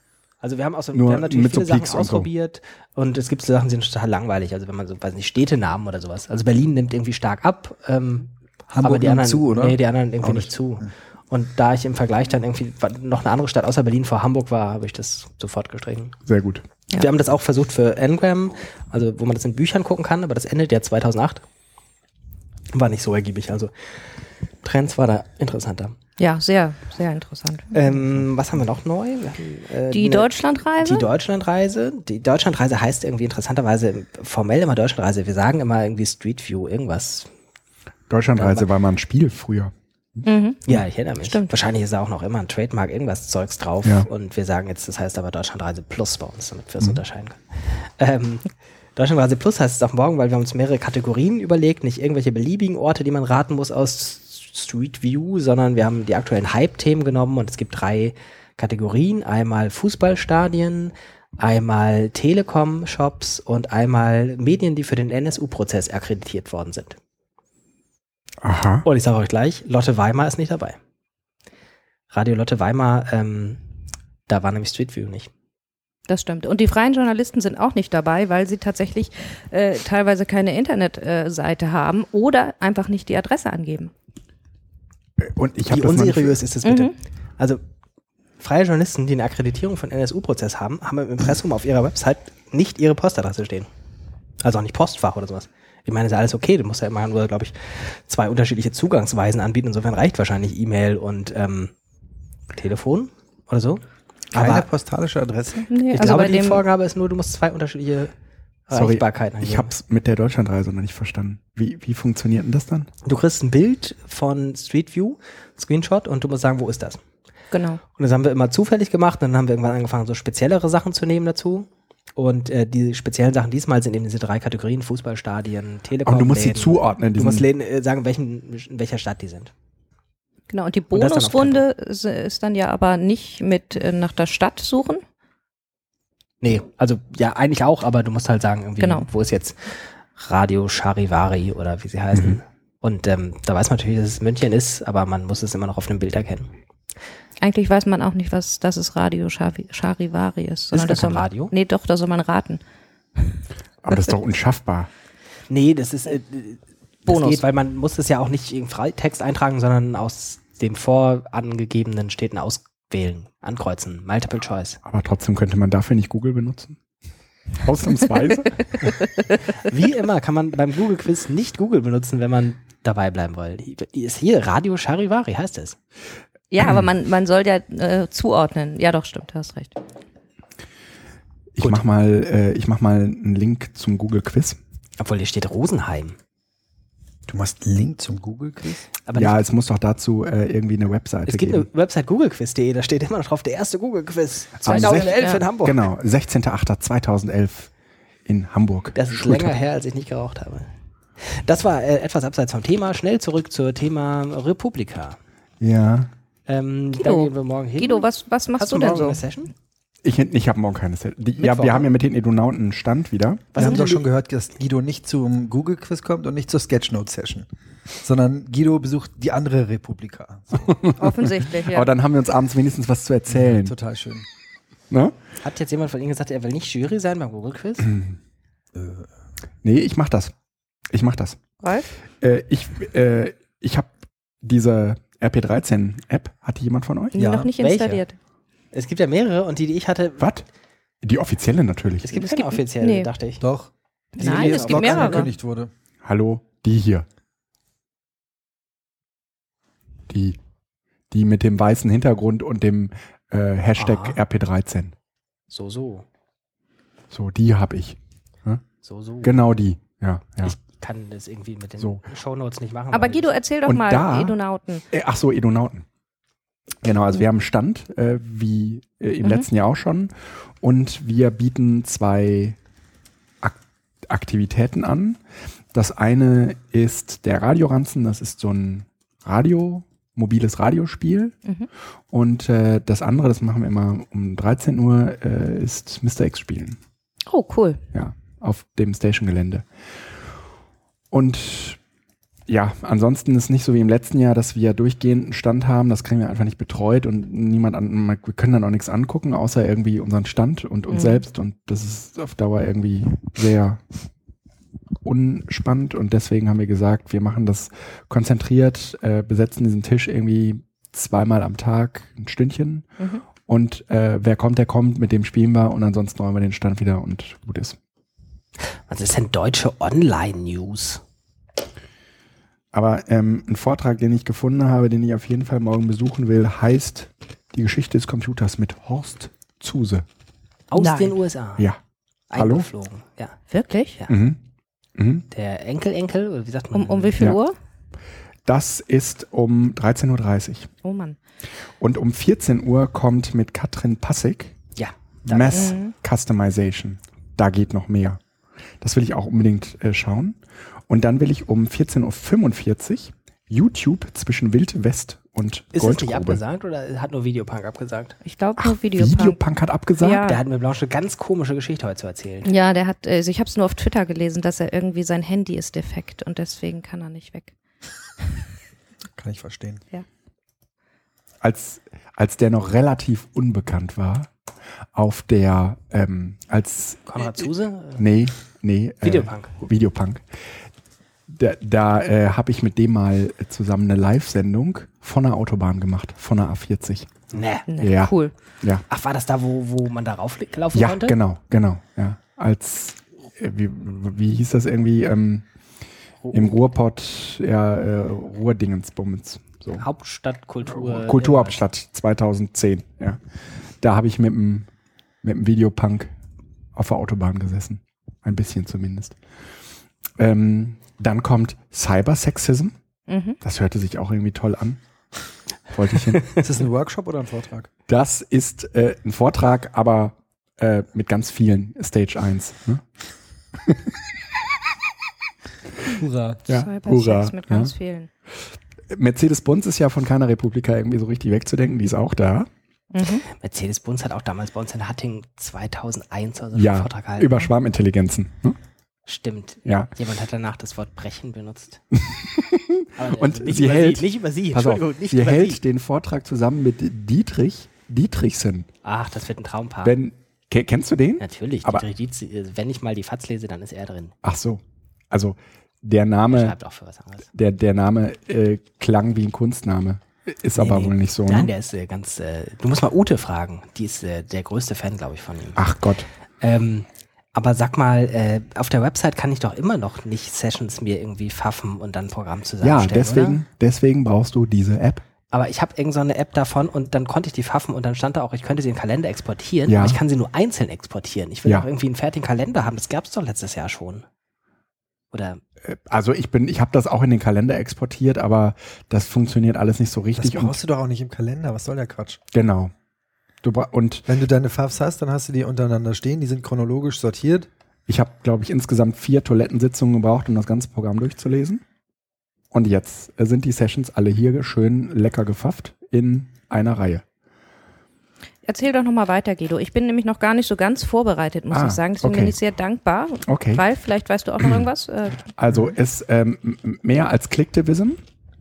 Speaker 3: Also wir haben, auch so,
Speaker 1: Nur
Speaker 3: wir haben natürlich
Speaker 1: mit so
Speaker 3: viele Sachen
Speaker 1: Peaks und so.
Speaker 3: ausprobiert und es gibt so Sachen, die sind total langweilig. Also wenn man so, weiß nicht, Städtenamen oder sowas. Also Berlin nimmt irgendwie stark ab. Ähm,
Speaker 4: Hamburg
Speaker 3: aber die
Speaker 4: nimmt
Speaker 3: anderen,
Speaker 4: zu, oder?
Speaker 3: Nee, die anderen irgendwie
Speaker 4: Auch
Speaker 3: nicht
Speaker 4: nicht.
Speaker 3: zu. Und da ich im Vergleich dann irgendwie noch eine andere Stadt außer Berlin vor Hamburg war, habe ich das sofort gestrichen.
Speaker 1: sehr gut.
Speaker 3: Wir haben das auch versucht für Ngram, also wo man das in Büchern gucken kann, aber das endet ja 2008. War nicht so ergiebig, also Trends war da interessanter.
Speaker 2: Ja, sehr, sehr interessant.
Speaker 3: Ähm, was haben wir noch neu? Wir haben, äh,
Speaker 2: Die
Speaker 3: eine-
Speaker 2: Deutschlandreise?
Speaker 3: Die Deutschlandreise. Die Deutschlandreise heißt irgendwie interessanterweise formell immer Deutschlandreise. Wir sagen immer irgendwie Street View, irgendwas.
Speaker 1: Deutschlandreise war mal ein Spiel früher.
Speaker 3: Ja, ich erinnere mich.
Speaker 2: Stimmt.
Speaker 3: Wahrscheinlich ist da auch noch immer ein Trademark, irgendwas Zeugs drauf.
Speaker 1: Ja.
Speaker 3: Und wir sagen jetzt, das heißt aber Deutschlandreise Plus bei uns, damit wir es unterscheiden können. Ähm, Deutschlandreise Plus heißt es auch morgen, weil wir haben uns mehrere Kategorien überlegt, nicht irgendwelche beliebigen Orte, die man raten muss aus Street View, sondern wir haben die aktuellen Hype-Themen genommen und es gibt drei Kategorien. Einmal Fußballstadien, einmal Telekom-Shops und einmal Medien, die für den NSU-Prozess akkreditiert worden sind.
Speaker 1: Aha.
Speaker 3: Und ich sage euch gleich, Lotte Weimar ist nicht dabei. Radio Lotte Weimar, ähm, da war nämlich Street View nicht.
Speaker 2: Das stimmt. Und die freien Journalisten sind auch nicht dabei, weil sie tatsächlich äh, teilweise keine Internetseite äh, Seite haben oder einfach nicht die Adresse angeben.
Speaker 1: Und ich habe
Speaker 3: Wie
Speaker 1: das noch nicht-
Speaker 3: unseriös ist das bitte?
Speaker 2: Mhm.
Speaker 3: Also, freie Journalisten, die eine Akkreditierung von NSU-Prozess haben, haben im Impressum auf ihrer Website nicht ihre Postadresse stehen. Also auch nicht Postfach oder sowas. Ich meine, ist ja alles okay. Du musst ja immer nur, glaube ich, zwei unterschiedliche Zugangsweisen anbieten. Insofern reicht wahrscheinlich E-Mail und ähm, Telefon oder so.
Speaker 4: Keine postalische Adresse?
Speaker 2: Nee,
Speaker 3: Ich
Speaker 2: also
Speaker 3: glaube,
Speaker 2: bei
Speaker 3: die
Speaker 2: dem,
Speaker 3: Vorgabe ist nur, du musst zwei unterschiedliche
Speaker 1: Sorry,
Speaker 3: Erreichbarkeit
Speaker 1: Ich
Speaker 3: angeben.
Speaker 1: hab's mit der Deutschlandreise noch nicht verstanden. Wie, wie funktioniert denn das dann?
Speaker 3: Du kriegst ein Bild von Street View, Screenshot, und du musst sagen, wo ist das?
Speaker 2: Genau.
Speaker 3: Und das haben wir immer zufällig gemacht. Und dann haben wir irgendwann angefangen, so speziellere Sachen zu nehmen dazu. Und äh, die speziellen Sachen diesmal sind eben diese drei Kategorien: Fußballstadien, Telekom.
Speaker 1: Und du musst sie
Speaker 3: Läden.
Speaker 1: zuordnen.
Speaker 3: Du musst
Speaker 1: diesen-
Speaker 3: Läden äh, sagen, welchen, in welcher Stadt die sind.
Speaker 2: Genau, und die
Speaker 3: Und das dann auf
Speaker 2: Bonusrunde ist ist dann ja aber nicht mit äh, nach der Stadt suchen.
Speaker 3: Nee, also ja, eigentlich auch, aber du musst halt sagen, irgendwie,
Speaker 2: Genau.
Speaker 3: wo ist jetzt Radio Charivari oder wie sie heißen.
Speaker 1: Mhm.
Speaker 3: Und ähm, da weiß man natürlich, dass es München ist, aber man muss es immer noch auf dem Bild erkennen.
Speaker 2: Eigentlich weiß man auch nicht, was das ist Radio Schari- Charivari ist. sondern
Speaker 3: gar
Speaker 2: das
Speaker 3: kein
Speaker 2: soll man,
Speaker 3: Radio?
Speaker 2: Nee, doch, da soll man raten.
Speaker 1: Aber das ist doch unschaffbar.
Speaker 3: Nee, das ist äh, äh, das
Speaker 2: Bonus.
Speaker 3: Geht, weil man muss es ja auch nicht im Freitext eintragen, sondern aus dem vorangegebenen Städten auswählen, ankreuzen, Multiple Choice.
Speaker 1: Aber trotzdem könnte man dafür nicht Google benutzen. Ausnahmsweise.
Speaker 3: <laughs> Wie immer kann man beim Google Quiz nicht Google benutzen, wenn man dabei bleiben will. Ist hier Radio Charivari heißt es.
Speaker 2: Ja, aber man, man soll ja äh, zuordnen. Ja, doch, stimmt, du hast recht.
Speaker 1: <laughs> ich mach mal, äh, ich mach mal einen Link zum Google Quiz.
Speaker 3: Obwohl hier steht Rosenheim.
Speaker 4: Du machst einen Link zum Google-Quiz?
Speaker 3: Aber
Speaker 1: ja,
Speaker 3: nicht,
Speaker 1: es muss doch dazu äh, irgendwie eine Webseite
Speaker 3: es gibt
Speaker 1: geben.
Speaker 3: eine Website googlequiz.de, da steht immer noch drauf der erste Google Quiz
Speaker 1: Am
Speaker 3: 2011 in
Speaker 2: sech-
Speaker 3: Hamburg.
Speaker 1: Genau, 16.08.2011 in Hamburg.
Speaker 3: Das ist
Speaker 1: Schulter-
Speaker 3: länger her, als ich nicht geraucht habe. Das war äh, etwas abseits vom Thema. Schnell zurück zum Thema Republika.
Speaker 1: Ja.
Speaker 3: Ähm,
Speaker 2: Guido.
Speaker 3: Da gehen wir morgen hin.
Speaker 2: Guido, was, was machst
Speaker 3: hast
Speaker 2: du
Speaker 3: du
Speaker 2: denn
Speaker 3: morgen
Speaker 2: so?
Speaker 3: eine Session?
Speaker 1: Ich, ich habe morgen keine Set. Die, ja,
Speaker 3: Mittwoch,
Speaker 1: wir haben
Speaker 3: ne?
Speaker 1: ja mit den Edunauten einen Stand wieder.
Speaker 3: Was
Speaker 4: Wir haben
Speaker 3: sind
Speaker 4: doch
Speaker 3: denn
Speaker 4: schon gehört, dass Guido nicht zum Google-Quiz kommt und nicht zur Sketchnote-Session, sondern Guido besucht die andere Republika. So,
Speaker 2: Offensichtlich,
Speaker 1: <laughs>
Speaker 2: ja.
Speaker 1: Aber dann haben wir uns abends wenigstens was zu erzählen.
Speaker 4: total schön.
Speaker 1: Ne?
Speaker 3: die- Hat jetzt jemand von Ihnen gesagt, er will nicht Jury sein beim Google Quiz?
Speaker 1: Mhm. Nee, ich mach das. Ich mach das.
Speaker 2: Ralf?
Speaker 1: Äh, ich äh, ich habe diese RP13-App. Hatte jemand von euch?
Speaker 2: Die
Speaker 4: Ja,
Speaker 2: noch nicht
Speaker 3: welche?
Speaker 2: installiert.
Speaker 3: Es gibt ja mehrere und die, die ich hatte,
Speaker 1: Was? Die offizielle natürlich.
Speaker 3: es gibt
Speaker 2: Es
Speaker 3: keine
Speaker 2: gibt-
Speaker 3: offizielle,
Speaker 2: nee.
Speaker 3: dachte ich.
Speaker 4: Doch.
Speaker 2: Nein,
Speaker 4: die
Speaker 2: es
Speaker 4: jetzt
Speaker 2: gibt
Speaker 4: Blog
Speaker 2: mehrere.
Speaker 4: angekündigt wurde.
Speaker 1: Hallo, die hier. Die. Die mit dem weißen Hintergrund und dem äh, Hashtag
Speaker 3: Ah.
Speaker 1: RP13.
Speaker 3: So, so.
Speaker 1: So, die habe ich.
Speaker 3: So, so.
Speaker 1: Genau die. Ja, ja.
Speaker 3: Ich kann das irgendwie mit den
Speaker 1: So.
Speaker 3: Shownotes nicht machen.
Speaker 2: Aber
Speaker 3: weil
Speaker 2: Guido,
Speaker 3: das-
Speaker 2: erzähl doch
Speaker 1: Und
Speaker 2: mal,
Speaker 1: da-
Speaker 2: Edunauten.
Speaker 1: Äh, Ach so, Edonauten. Genau, also wir haben einen Stand, äh, wie äh, im
Speaker 2: Mhm.
Speaker 1: letzten Jahr auch schon. Und wir bieten zwei Ak Aktivitäten an. Das eine ist der Radioranzen, das ist so ein Radio, mobiles Radiospiel.
Speaker 2: Mhm.
Speaker 1: Und äh, das andere, das machen wir immer um 13 Uhr, äh, ist Mr. X spielen
Speaker 2: Oh, cool.
Speaker 1: ja, auf dem Station-Gelände. Und ja, ansonsten ist nicht so wie im letzten Jahr, dass wir durchgehend einen Stand haben. Das kriegen wir einfach nicht betreut und niemand an, wir können dann auch nichts angucken, außer irgendwie unseren Stand und uns
Speaker 2: Mhm.
Speaker 1: selbst. Und das ist auf Dauer irgendwie sehr unspannend. Und deswegen haben wir gesagt, wir machen das konzentriert, äh, besetzen diesen Tisch irgendwie zweimal am Tag ein Stündchen.
Speaker 2: Mhm.
Speaker 1: Und äh, wer kommt, der kommt, mit dem spielen wir. Und ansonsten räumen wir den Stand wieder und gut ist.
Speaker 3: Was ist denn deutsche Online-News?
Speaker 1: Aber ähm, ein Vortrag, den ich gefunden habe, den ich auf jeden Fall morgen besuchen will, heißt Die Geschichte des Computers mit Horst Zuse.
Speaker 3: Aus
Speaker 2: Nein.
Speaker 3: den USA.
Speaker 1: Ja. Hallo?
Speaker 3: Eingeflogen. Ja.
Speaker 2: Wirklich?
Speaker 3: Ja.
Speaker 1: Mhm. Mhm.
Speaker 3: Der Enkel-Enkel, oder wie sagt man?
Speaker 2: Um, um wie viel
Speaker 1: Ja.
Speaker 2: Uhr?
Speaker 1: Das ist um 13.30 Uhr.
Speaker 2: Oh Mann.
Speaker 1: Und um 14 Uhr kommt mit Katrin Passig
Speaker 3: Ja. Da-
Speaker 1: Mass
Speaker 2: Mhm.
Speaker 1: Customization. Da geht noch mehr. Das will ich auch unbedingt äh, schauen. Und dann will ich um 14.45 Uhr YouTube zwischen Wild West und
Speaker 3: Ist es nicht
Speaker 1: Goldgrube.
Speaker 3: abgesagt oder hat nur Videopunk abgesagt?
Speaker 2: Ich glaube
Speaker 1: Ach,
Speaker 2: nur Videopunk.
Speaker 1: Videopunk hat abgesagt?
Speaker 2: Ja.
Speaker 3: Der hat mir Blanche eine ganz komische Geschichte heute zu erzählen.
Speaker 2: Ja, der hat, also ich habe es nur auf Twitter gelesen, dass er irgendwie sein Handy ist defekt und deswegen kann er nicht weg.
Speaker 4: Kann ich verstehen.
Speaker 1: als, als der noch relativ unbekannt war, auf der, ähm, als,
Speaker 3: Konrad
Speaker 2: äh,
Speaker 3: Zuse?
Speaker 1: nee, nee, äh,
Speaker 3: Videopunk.
Speaker 1: Videopunk. Da, da äh, habe ich mit dem mal zusammen eine Live-Sendung von der Autobahn gemacht, von der A40.
Speaker 3: Nee.
Speaker 2: Na,
Speaker 1: Ja.
Speaker 2: Cool.
Speaker 1: Ja,
Speaker 3: Ach, war das da, wo, wo man da rauflaufen
Speaker 1: ja
Speaker 3: konnte?
Speaker 1: genau, genau, ja. Als, äh, wie, wie hieß das irgendwie, ähm, im Ruhrpott, ja, äh, Ruhrdingensbummens. So. Äh,
Speaker 3: Hauptstadtkultur.
Speaker 1: Kulturhauptstadt 2010, ja. Da habe ich mit dem, mit dem Videopunk auf der Autobahn gesessen. ein bisschen zumindest. Ähm, dann kommt Cybersexism.
Speaker 2: Mhm.
Speaker 1: Das hörte sich auch irgendwie toll an. Wollte ich hin.
Speaker 3: <laughs>
Speaker 4: Ist das ein Workshop oder ein Vortrag?
Speaker 1: Das ist äh, ein Vortrag, aber äh, mit ganz vielen Stage 1. Ne?
Speaker 3: äh,
Speaker 5: Hurra.
Speaker 1: Ja,
Speaker 2: Cybersex
Speaker 1: hurra, ne?
Speaker 2: mit
Speaker 1: ja.
Speaker 2: ganz vielen.
Speaker 1: Mercedes-Benz ist ja von keiner Republika irgendwie so richtig wegzudenken, die ist auch da.
Speaker 2: Mhm.
Speaker 3: Mercedes-Benz hat auch damals bei uns in Hatting 2001 oder so einen
Speaker 1: Ja,
Speaker 3: Vortrag gehalten.
Speaker 1: über Schwarmintelligenzen. Ne?
Speaker 3: Stimmt.
Speaker 1: Ja.
Speaker 3: Jemand hat danach das Wort brechen benutzt.
Speaker 1: Und
Speaker 3: nicht
Speaker 1: <laughs> sie
Speaker 3: über
Speaker 1: hält-
Speaker 3: Sie, nicht über Sie,
Speaker 1: Pass
Speaker 3: Entschuldigung,
Speaker 1: auf,
Speaker 3: nicht
Speaker 1: sie
Speaker 3: über
Speaker 1: hält
Speaker 3: Sie.
Speaker 1: den Vortrag zusammen mit Dietrich Dietrichsen.
Speaker 3: Ach, das wird ein Traumpaar.
Speaker 1: Wenn, ke- kennst du den?
Speaker 3: Natürlich,
Speaker 1: Aber-
Speaker 3: Dietrich Dietz, äh, wenn ich mal die Fatz lese, dann ist er drin.
Speaker 1: Ach so. Also der
Speaker 3: Er
Speaker 1: Name,
Speaker 3: schreibt auch für was anderes.
Speaker 1: der, der Name äh, klang wie ein Kunstname. Ist aber
Speaker 3: nee.
Speaker 1: wohl nicht so.
Speaker 3: Nein,
Speaker 1: ne?
Speaker 3: der ist äh, ganz. Äh, du musst mal Ute fragen. Die ist äh, der größte Fan, glaube ich, von ihm.
Speaker 1: Ach Gott.
Speaker 3: Ähm, aber sag mal, äh, auf der Website kann ich doch immer noch nicht Sessions mir irgendwie pfaffen und dann ein Programm
Speaker 1: Ja,
Speaker 3: zusammenstellen. Oder?
Speaker 1: deswegen, deswegen brauchst du diese App.
Speaker 3: Aber ich habe irgend so eine App davon und dann konnte ich die pfaffen und dann stand da auch, ich könnte sie in den Kalender exportieren,
Speaker 1: Ja.
Speaker 3: aber ich kann sie nur einzeln exportieren. Ich will
Speaker 1: Ja.
Speaker 3: auch irgendwie einen fertigen Kalender haben. Das gab es doch letztes Jahr schon. Oder
Speaker 1: Also ich bin, ich habe das auch in den Kalender exportiert, aber das funktioniert alles nicht so
Speaker 4: Das
Speaker 1: richtig. Und
Speaker 4: brauchst du doch auch nicht im Kalender. Was soll der Quatsch?
Speaker 1: genau. Du bra- und
Speaker 4: Wenn du deine Favs hast, dann hast du die untereinander stehen. Die sind chronologisch sortiert.
Speaker 1: ich habe, glaube ich, insgesamt vier Toilettensitzungen gebraucht, um das ganze Programm durchzulesen. Und jetzt äh, sind die Sessions alle hier schön lecker gefafft in einer Reihe.
Speaker 2: Erzähl doch nochmal weiter, Guido. Ich bin nämlich noch gar nicht so ganz vorbereitet, muss
Speaker 1: Ah,
Speaker 2: ich sagen. Deswegen
Speaker 1: okay.
Speaker 2: bin ich sehr dankbar.
Speaker 1: Okay.
Speaker 2: Weil, vielleicht weißt du auch noch irgendwas. Äh,
Speaker 1: Also es ähm, m- mehr als Clicktivism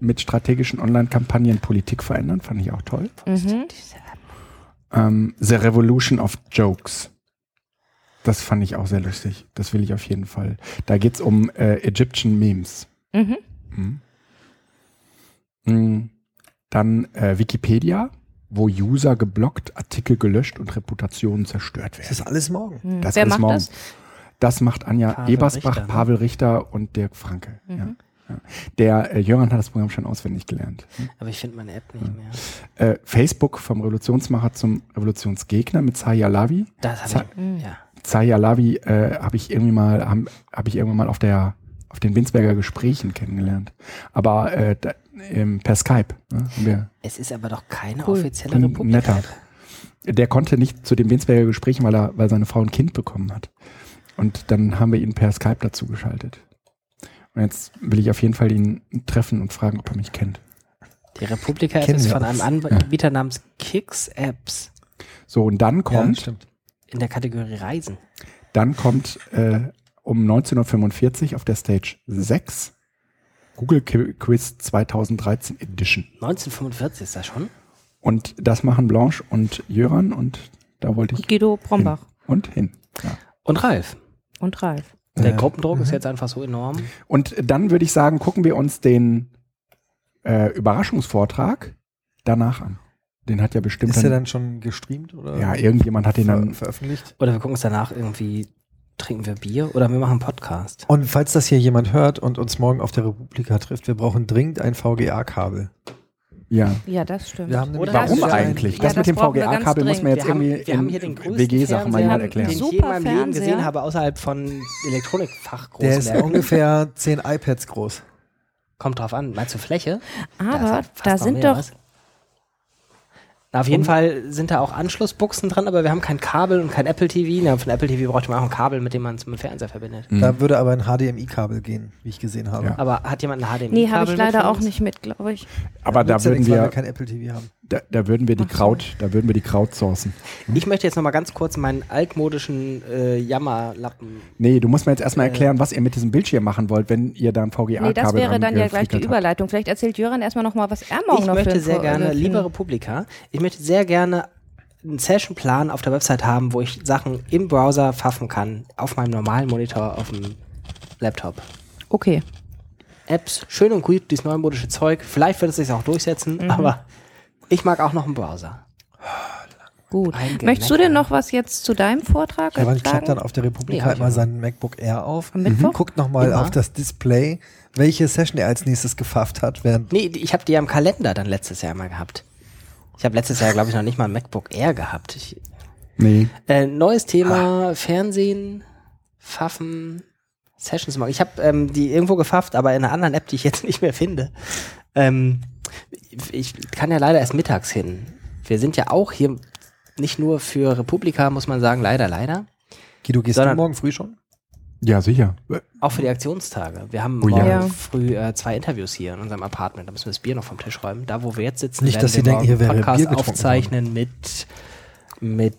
Speaker 1: mit strategischen Online-Kampagnen Politik verändern, fand ich auch toll.
Speaker 2: mhm.
Speaker 1: Ähm, The Revolution of Jokes. Das fand ich auch sehr lustig. Das will ich auf jeden Fall. Da geht's um äh, Egyptian Memes.
Speaker 2: Mhm.
Speaker 1: Mhm. Mm, Dann äh, Wikipedia, wo User geblockt, Artikel gelöscht und Reputationen zerstört werden.
Speaker 4: Das ist alles morgen.
Speaker 2: Mhm.
Speaker 1: Das
Speaker 2: Wer
Speaker 1: alles
Speaker 2: macht
Speaker 1: morgen.
Speaker 2: das?
Speaker 1: Das macht Anja
Speaker 3: Pavel
Speaker 1: Ebersbach,
Speaker 3: Richter, ne?
Speaker 1: Pavel Richter und Dirk Franke.
Speaker 2: Mhm.
Speaker 1: Ja. Ja. Der äh, Jöran hat das Programm schon auswendig gelernt.
Speaker 3: aber ich finde meine App nicht mehr.
Speaker 1: Äh, Facebook vom Revolutionsmacher zum Revolutionsgegner mit Zaya Lavi.
Speaker 3: Das
Speaker 1: Zack.
Speaker 3: habe ich. Ja.
Speaker 1: Zaya Lavi äh, habe ich irgendwie mal habe hab ich irgendwann mal auf der auf den Winsberger Gesprächen kennengelernt. Aber äh, da, ähm, per Skype. Ne, haben wir
Speaker 3: Es ist aber doch keine
Speaker 2: Cool.
Speaker 3: offizielle
Speaker 1: Ein
Speaker 3: Republik.
Speaker 1: netter. der konnte nicht zu den Winsberger Gesprächen, weil er, weil seine Frau ein Kind bekommen hat. Und dann haben wir ihn per Skype dazu geschaltet. Und jetzt will ich auf jeden Fall ihn treffen und fragen, ob er mich kennt.
Speaker 3: Die Republika App
Speaker 4: Kennen
Speaker 3: ist
Speaker 4: wir
Speaker 3: von
Speaker 4: uns.
Speaker 3: einem Anbieter namens Kicks Apps
Speaker 1: So, und dann kommt,
Speaker 4: stimmt.
Speaker 3: in der Kategorie Reisen.
Speaker 1: dann kommt äh, um 1945 auf der Stage 6 Google Qui- Quiz 2013 Edition.
Speaker 3: 1945 ist das schon.
Speaker 1: Und das machen Blanche und Jöran und da wollte ich
Speaker 2: Und Guido Brombach
Speaker 1: und hin. Ja.
Speaker 3: Und Ralf.
Speaker 2: und Ralf.
Speaker 3: Der
Speaker 4: Ja.
Speaker 3: Gruppendruck
Speaker 1: Mhm.
Speaker 3: ist jetzt einfach so enorm.
Speaker 1: Und dann würde ich sagen, gucken wir uns den äh, Überraschungsvortrag danach an. Den hat ja bestimmt
Speaker 4: Ist der
Speaker 1: dann,
Speaker 4: dann schon gestreamt oder
Speaker 1: ja irgendjemand hat den
Speaker 4: ver
Speaker 1: dann
Speaker 4: veröffentlicht?
Speaker 3: Oder wir gucken uns danach irgendwie, trinken wir Bier oder wir machen einen Podcast.
Speaker 4: Und falls das hier jemand hört und uns morgen auf der Republika trifft, wir brauchen dringend ein VGA-Kabel.
Speaker 1: ja.
Speaker 2: Ja, das stimmt.
Speaker 4: Wir haben nämlich-
Speaker 3: Oder
Speaker 4: Das
Speaker 1: Warum
Speaker 4: ist ja ein-
Speaker 1: eigentlich?
Speaker 4: Ja,
Speaker 1: das, mit
Speaker 2: das
Speaker 1: dem
Speaker 2: brauchen wir ganz
Speaker 1: VGA-Kabel muss man jetzt
Speaker 3: wir haben,
Speaker 1: irgendwie
Speaker 3: wir haben
Speaker 1: in
Speaker 3: hier den größten
Speaker 1: WG-Sachen mal
Speaker 3: Fernseher,
Speaker 1: jemand
Speaker 3: den
Speaker 1: erklären.
Speaker 3: ich je in
Speaker 2: Super
Speaker 3: meinem Leben
Speaker 2: Fernseher.
Speaker 3: gesehen habe, außerhalb von Elektronikfachgroßen.
Speaker 4: Der ist
Speaker 3: Werken.
Speaker 4: ungefähr zehn iPads groß.
Speaker 3: Kommt drauf an. Meinst du Fläche?
Speaker 2: Aber
Speaker 3: ist halt fast
Speaker 2: da
Speaker 3: noch
Speaker 2: sind
Speaker 3: mehr
Speaker 2: doch
Speaker 3: was. Na, auf jeden Fall sind da auch Anschlussbuchsen dran, aber wir haben kein Kabel und kein Apple TV. Na, von Apple TV bräuchte man auch ein Kabel, mit dem man es mit dem Fernseher verbindet.
Speaker 4: Da würde aber ein HDMI-Kabel gehen, wie ich gesehen habe.
Speaker 1: Ja.
Speaker 3: Aber hat jemand ein HDMI?
Speaker 2: Nee, habe
Speaker 3: Kabel
Speaker 2: ich
Speaker 3: mit von
Speaker 2: leider auch
Speaker 3: uns?
Speaker 2: nicht mit, glaube ich.
Speaker 1: Aber da
Speaker 4: Nutzt ja
Speaker 1: würden
Speaker 4: nichts, weil
Speaker 1: wir,
Speaker 4: kein Apple TV haben.
Speaker 1: da, da würden wir die Kraut, da würden wir die Kraut sourcen.
Speaker 3: Ich möchte jetzt nochmal ganz kurz meinen altmodischen äh, Jammerlappen.
Speaker 1: Nee, du musst mir jetzt erstmal
Speaker 4: Äh.
Speaker 1: erklären, was ihr mit diesem Bildschirm machen wollt, wenn ihr da ein VGA-Kabel
Speaker 2: Nee, das wäre dann ja gleich die Überleitung. Vielleicht erzählt Jöran erstmal nochmal, was er morgen
Speaker 3: Ich
Speaker 2: noch für
Speaker 3: möchte
Speaker 2: einen
Speaker 3: sehr
Speaker 2: Vor-
Speaker 3: gerne,
Speaker 2: äh, für
Speaker 3: liebe
Speaker 2: einen-
Speaker 3: Republika, ich möchte sehr gerne einen Sessionplan auf der Website haben, wo ich Sachen im Browser pfaffen kann, auf meinem normalen Monitor, auf dem Laptop.
Speaker 2: Okay.
Speaker 3: Apps, schön und gut, dieses neumodische Zeug. Vielleicht wird es sich auch durchsetzen,
Speaker 2: Mhm.
Speaker 3: aber ich mag auch noch einen Browser.
Speaker 2: Gut.
Speaker 3: Ein Gemecker.
Speaker 2: Möchtest du denn noch was jetzt zu deinem Vortrag
Speaker 4: Ja, man klappt
Speaker 2: sagen?
Speaker 4: dann auf der Republika
Speaker 3: Nee, hab ich
Speaker 4: immer
Speaker 3: auch.
Speaker 4: seinen MacBook Air auf, Mhm.
Speaker 2: Am Mittwoch?
Speaker 4: guckt nochmal
Speaker 3: Immer.
Speaker 4: auf das Display, welche Session er als nächstes gefafft hat, während
Speaker 3: Nee, die- ich habe die ja im Kalender dann letztes Jahr mal gehabt. Ich habe letztes Jahr, glaube ich, noch nicht mal ein MacBook Air gehabt. Ich,
Speaker 1: Nee,
Speaker 4: Ah.
Speaker 3: äh, neues Thema, Fernsehen. Pfaffen Sessions machen. Ich habe ähm, die irgendwo gefafft, aber in einer anderen App, die ich jetzt <laughs> nicht mehr finde. Ähm, ich kann ja leider erst mittags hin. Wir sind ja auch hier nicht nur für Republika, muss man sagen, leider, leider.
Speaker 4: Guido, gehst
Speaker 3: Sondern-
Speaker 4: du morgen früh schon?
Speaker 1: Ja, sicher.
Speaker 3: Auch für die Aktionstage. Wir haben
Speaker 1: Oh ja.
Speaker 3: morgen
Speaker 2: Ja.
Speaker 3: früh äh, zwei Interviews hier in unserem Apartment. Da müssen wir das Bier noch vom Tisch räumen. Da, wo wir jetzt sitzen,
Speaker 4: Nicht,
Speaker 3: werden
Speaker 4: dass
Speaker 3: wir
Speaker 4: Sie denken,
Speaker 3: morgen
Speaker 4: hier wäre
Speaker 3: Podcast
Speaker 4: Bier getrunken
Speaker 3: aufzeichnen mit, mit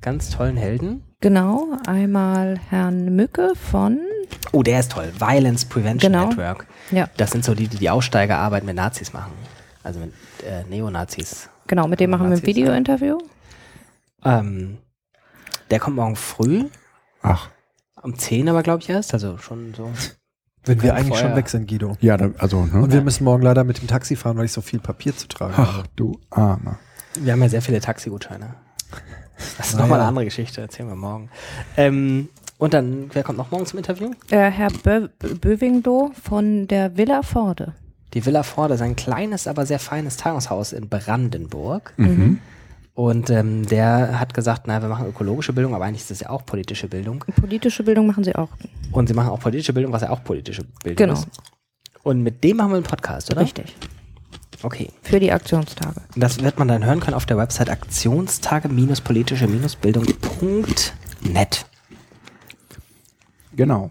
Speaker 3: ganz tollen Helden.
Speaker 2: Genau, einmal Herrn Mücke von,
Speaker 3: Oh, der ist toll. Violence Prevention
Speaker 2: Genau.
Speaker 3: Network.
Speaker 2: ja,
Speaker 3: Das sind so die, die die Aussteigerarbeit mit Nazis machen. Also mit äh, Neonazis.
Speaker 2: genau, mit dem machen wir ein
Speaker 3: Nazis.
Speaker 2: Video-Interview.
Speaker 3: Ähm, der kommt morgen früh,
Speaker 1: Ach,
Speaker 3: um 10 aber glaube ich erst. Also schon so.
Speaker 4: Wenn wir
Speaker 3: Kein
Speaker 4: eigentlich
Speaker 3: Feuer.
Speaker 4: schon weg sind, Guido.
Speaker 1: ja, da, also,
Speaker 4: Und
Speaker 1: ne?
Speaker 4: wir müssen morgen leider mit dem Taxi fahren, weil ich so viel Papier zu tragen habe.
Speaker 1: Ach, du Armer.
Speaker 3: Wir haben ja sehr viele Taxigutscheine. Das ist
Speaker 4: Naja.
Speaker 3: nochmal eine andere Geschichte, erzählen wir morgen. Ähm, und dann, wer kommt noch morgen zum Interview?
Speaker 2: Äh, Herr Bö Bövingdo von der Villa Forde.
Speaker 3: Die Villa Forde ist ein kleines, aber sehr feines Tagungshaus in Brandenburg. Und ähm, der hat gesagt, naja, wir machen ökologische Bildung, aber eigentlich ist das ja auch politische Bildung.
Speaker 2: Politische Bildung machen sie auch.
Speaker 3: Und sie machen auch politische Bildung, was ja auch politische Bildung
Speaker 2: Genau.
Speaker 3: ist. Und mit dem machen wir einen Podcast, oder?
Speaker 2: Richtig.
Speaker 3: Okay.
Speaker 2: Für die Aktionstage.
Speaker 3: Und das wird man dann hören können auf der Website aktionstage-politische-bildung.net.
Speaker 1: Genau.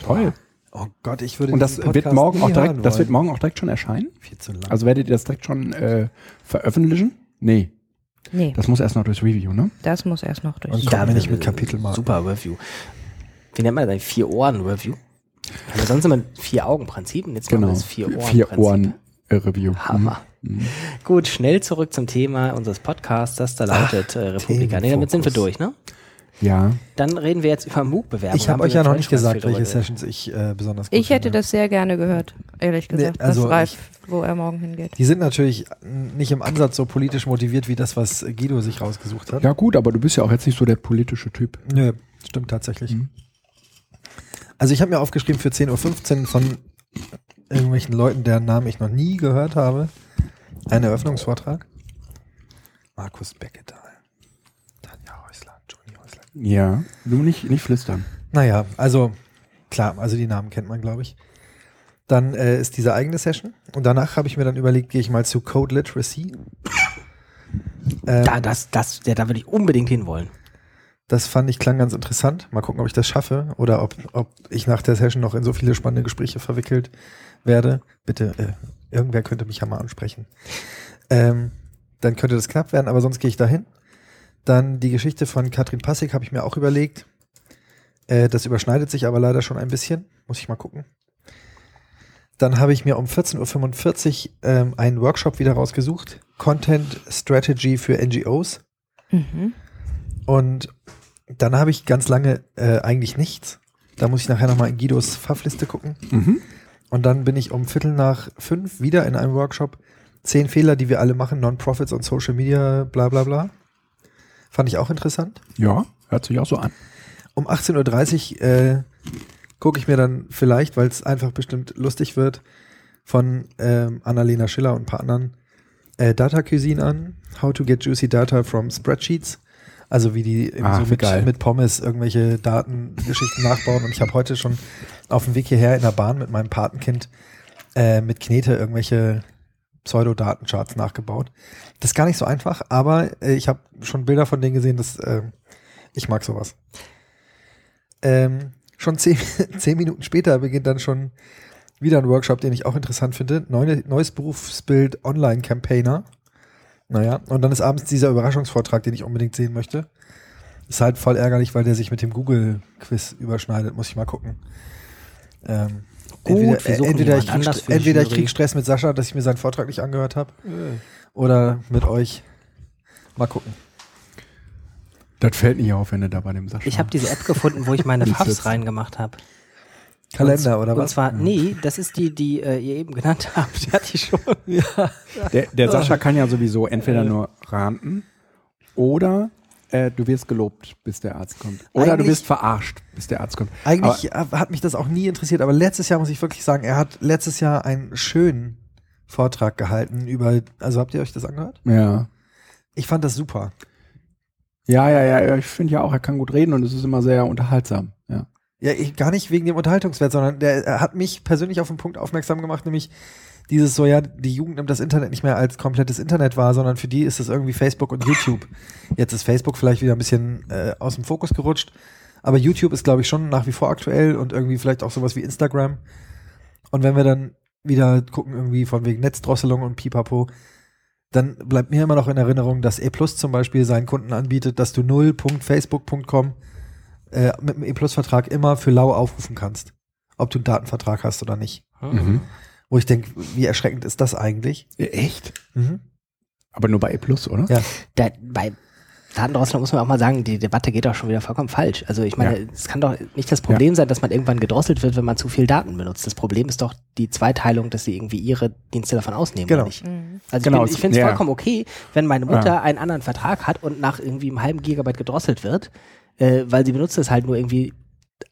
Speaker 1: Toll.
Speaker 4: Oh Gott, ich würde
Speaker 1: Und das
Speaker 4: diesen
Speaker 1: wird
Speaker 4: Podcast
Speaker 1: morgen
Speaker 4: nie
Speaker 1: auch
Speaker 4: hören
Speaker 1: direkt, das wird
Speaker 4: wollen.
Speaker 1: morgen auch direkt schon erscheinen.
Speaker 4: viel zu lang.
Speaker 1: Also werdet ihr das direkt schon äh, veröffentlichen? Nee,
Speaker 2: Nee,
Speaker 1: das muss erst noch durchs Review, ne?
Speaker 2: das muss erst noch durch.
Speaker 4: Und kommen wir nicht mit Kapitelmarken.
Speaker 3: Super Review. Wie nennt man das? Ein Vier-Ohren-Review? Also sonst immer Vier-Augen-Prinzip und jetzt machen wir
Speaker 1: Genau.
Speaker 3: das Vier-Ohren-Prinzip.
Speaker 1: Vier Ohren äh, Review. Mhm.
Speaker 3: Hammer. Gut, schnell zurück zum Thema unseres Podcasts, das da lautet äh, Republika. Nee, damit sind wir durch, ne?
Speaker 1: Mhm. Ja.
Speaker 3: Dann reden wir jetzt über MOOC-Bewerbungen.
Speaker 4: Ich habe euch
Speaker 3: wir
Speaker 4: ja noch
Speaker 3: vorhin
Speaker 4: nicht
Speaker 3: schon ganz
Speaker 4: gesagt,
Speaker 3: viel
Speaker 4: welche
Speaker 3: drüber geredet.
Speaker 4: Sessions ich äh, besonders gut
Speaker 2: Ich hätte
Speaker 4: finde.
Speaker 2: das sehr gerne gehört, ehrlich
Speaker 4: Nee,
Speaker 2: gesagt.
Speaker 4: also
Speaker 2: das Ralf, wo er morgen hingeht.
Speaker 4: Die sind natürlich mm, nicht im Ansatz so politisch motiviert wie das, was äh, Guido sich rausgesucht hat.
Speaker 1: Ja gut, aber du bist ja auch jetzt nicht so der politische Typ.
Speaker 4: Nö, stimmt tatsächlich. Also ich habe mir aufgeschrieben für 10.15 Uhr von irgendwelchen Leuten, deren Namen ich noch nie gehört habe, einen Eröffnungsvortrag. Markus Beckedahl. Tanja Häusler, Joni Häusler.
Speaker 1: Ja. Nur nicht, nicht flüstern.
Speaker 4: Naja, also klar, also die Namen kennt man, glaube ich. Dann äh, ist diese eigene Session und danach habe ich mir dann überlegt, gehe ich mal zu Code Literacy. Ähm,
Speaker 3: Da, das, das, ja, da würde ich unbedingt hinwollen.
Speaker 4: Das fand ich klang ganz interessant. Mal gucken, ob ich das schaffe oder ob, ob ich nach der Session noch in so viele spannende Gespräche verwickelt werde. Bitte, äh, irgendwer könnte mich ja mal ansprechen. Ähm, dann könnte das knapp werden, aber sonst gehe ich dahin. Dann die Geschichte von Katrin Passig habe ich mir auch überlegt. Äh, das überschneidet sich aber leider schon ein bisschen. Muss ich mal gucken. Dann habe ich mir um 14.45 Uhr ähm, einen Workshop wieder rausgesucht. Content Strategy für NGOs.
Speaker 2: Mhm.
Speaker 4: Und dann habe ich ganz lange äh, eigentlich nichts. Da muss ich nachher nochmal in Guidos Pfaffliste gucken.
Speaker 1: Mhm.
Speaker 4: Und dann bin ich um Viertel nach fünf wieder in einem Workshop. Zehn Fehler, die wir alle machen, Non-Profits und Social Media, bla bla bla. Fand ich auch interessant.
Speaker 1: Ja, hört sich auch so an.
Speaker 4: Um 18.30 Uhr äh, gucke ich mir dann vielleicht, weil es einfach bestimmt lustig wird, von ähm, Annalena Schiller und ein paar anderen äh, Data Cuisine an. How to get juicy data from Spreadsheets. Also wie die eben
Speaker 1: Ah,
Speaker 4: so
Speaker 1: wie geil.
Speaker 4: mit, mit Pommes irgendwelche Datengeschichten nachbauen. Und ich habe heute schon auf dem Weg hierher in der Bahn mit meinem Patenkind äh, mit Knete irgendwelche Pseudodatencharts nachgebaut. Das ist gar nicht so einfach, aber äh, ich habe schon Bilder von denen gesehen, dass äh, ich mag sowas. Ähm, schon zehn, <laughs> zehn Minuten später beginnt dann schon wieder ein Workshop, den ich auch interessant finde. Neue, neues Berufsbild Online-Campaigner. Naja, und dann ist abends dieser Überraschungsvortrag, den ich unbedingt sehen möchte. Ist halt voll ärgerlich, weil der sich mit dem Google-Quiz überschneidet. Muss ich mal gucken. Ähm,
Speaker 3: Gut,
Speaker 4: entweder
Speaker 3: wir suchen
Speaker 4: äh, entweder, ich
Speaker 3: jemand anders
Speaker 4: krieg,
Speaker 3: für die
Speaker 4: entweder ich
Speaker 3: Jury.
Speaker 4: krieg Stress mit Sascha, dass ich mir seinen Vortrag nicht angehört habe. Oder mit euch. Mal gucken.
Speaker 1: Das fällt nicht auf, wenn du da bei dem Sascha.
Speaker 3: Ich habe diese App gefunden, wo ich
Speaker 4: <laughs>
Speaker 3: meine Pfaffs reingemacht habe.
Speaker 4: Kalender oder
Speaker 3: Und
Speaker 4: was? Mhm.
Speaker 3: zwar, nee, das ist die, die äh, ihr eben genannt <laughs> habt. Die hatte ich schon.
Speaker 1: der, der
Speaker 4: Oh.
Speaker 1: Sascha kann ja sowieso
Speaker 4: Äh.
Speaker 1: entweder nur ranten oder äh, du wirst gelobt, bis der Arzt kommt. Oder du
Speaker 4: Eigentlich-
Speaker 1: wirst verarscht, bis der Arzt kommt.
Speaker 4: Eigentlich äh, hat mich das auch nie interessiert, aber letztes Jahr muss ich wirklich sagen, er hat letztes Jahr einen schönen Vortrag gehalten über, also habt ihr euch das angehört?
Speaker 1: Aber, ja.
Speaker 4: Ich fand das super.
Speaker 1: Ja, ja, ja, ja, ich finde ja auch, er kann gut reden und es ist immer sehr unterhaltsam. Ja.
Speaker 4: Ja, ich, gar nicht wegen dem Unterhaltungswert, sondern der äh, hat mich persönlich auf einen Punkt aufmerksam gemacht, nämlich dieses so, ja, die Jugend nimmt das Internet nicht mehr als komplettes Internet wahr, sondern für die ist es irgendwie Facebook und YouTube. Jetzt ist Facebook vielleicht wieder ein bisschen äh, aus dem Fokus gerutscht, aber YouTube ist, glaube ich, schon nach wie vor aktuell und irgendwie vielleicht auch sowas wie Instagram. Und wenn wir dann wieder gucken, irgendwie von wegen Netzdrosselung und Pipapo, dann bleibt mir immer noch in Erinnerung, dass E Plus zum Beispiel seinen Kunden anbietet, dass du 0.facebook.com äh, mit dem E Plus Vertrag immer für lau aufrufen kannst, ob du einen Datenvertrag hast oder nicht.
Speaker 3: Mhm.
Speaker 1: Mhm.
Speaker 4: Wo ich denke, wie erschreckend ist das eigentlich?
Speaker 1: Äh, Echt? Aber nur bei E Plus, oder?
Speaker 4: Ja.
Speaker 3: Da, bei Datendrossler muss man auch mal sagen, die Debatte geht doch schon wieder vollkommen falsch. Also ich meine, es kann doch nicht das Problem sein, dass man irgendwann gedrosselt wird, wenn man zu viel Daten benutzt. Das Problem ist doch die Zweiteilung, dass sie irgendwie ihre Dienste davon ausnehmen.
Speaker 4: Genau.
Speaker 3: Oder nicht.
Speaker 2: Mhm.
Speaker 3: Also
Speaker 1: Genau,
Speaker 3: ich,
Speaker 1: es-
Speaker 3: bin- ich finde es
Speaker 1: ja.
Speaker 3: vollkommen okay, wenn meine Mutter einen anderen Vertrag hat und nach irgendwie einem halben Gigabyte gedrosselt wird, äh, weil sie benutzt es halt nur irgendwie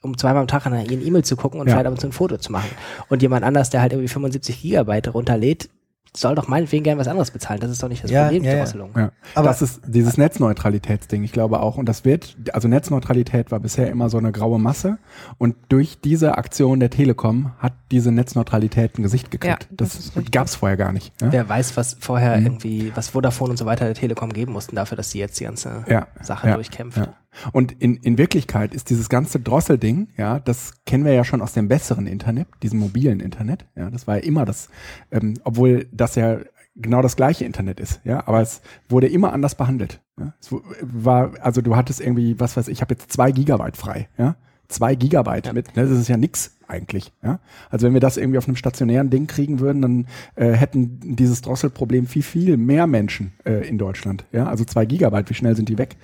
Speaker 3: um zweimal am Tag an ihren E-Mail zu gucken und
Speaker 1: Ja.
Speaker 3: vielleicht ab und zu ein Foto zu machen. Und jemand anders, der halt irgendwie 75 Gigabyte runterlädt, soll doch meinetwegen gern was anderes bezahlen. Das ist doch nicht das
Speaker 4: Ja,
Speaker 3: Problem,
Speaker 4: ja,
Speaker 3: die
Speaker 4: ja.
Speaker 3: Drosselung.
Speaker 1: Ja.
Speaker 4: Aber-
Speaker 1: Aber das ist dieses Netzneutralitätsding, ich glaube auch. Und das wird, also Netzneutralität war bisher immer so eine graue Masse. Und durch diese Aktion der Telekom hat diese Netzneutralität ein Gesicht gekriegt.
Speaker 2: Ja, das
Speaker 1: das
Speaker 2: ist richtig.
Speaker 1: gab es vorher gar nicht. ne? Ja?
Speaker 3: Wer weiß, was vorher
Speaker 1: Mhm.
Speaker 3: irgendwie, was Vodafone und so weiter der Telekom geben mussten dafür, dass sie jetzt die ganze
Speaker 1: Ja,
Speaker 3: Sache
Speaker 1: ja,
Speaker 3: durchkämpft.
Speaker 1: Ja. Und in, in Wirklichkeit ist dieses ganze Drosselding, ja, das kennen wir ja schon aus dem besseren Internet, diesem mobilen Internet. Ja, das war ja immer das, ähm, obwohl das ja genau das gleiche Internet ist, ja, aber es wurde immer anders behandelt. Ja. Es wu- war, also du hattest irgendwie, was weiß ich, ich habe jetzt zwei Gigabyte frei, ja. Zwei Gigabyte mit, ne, das ist ja nix eigentlich, ja. Also wenn wir das irgendwie auf einem stationären Ding kriegen würden, dann äh, hätten dieses Drosselproblem viel, viel mehr Menschen äh, in Deutschland, ja. Also zwei Gigabyte, wie schnell sind die weg?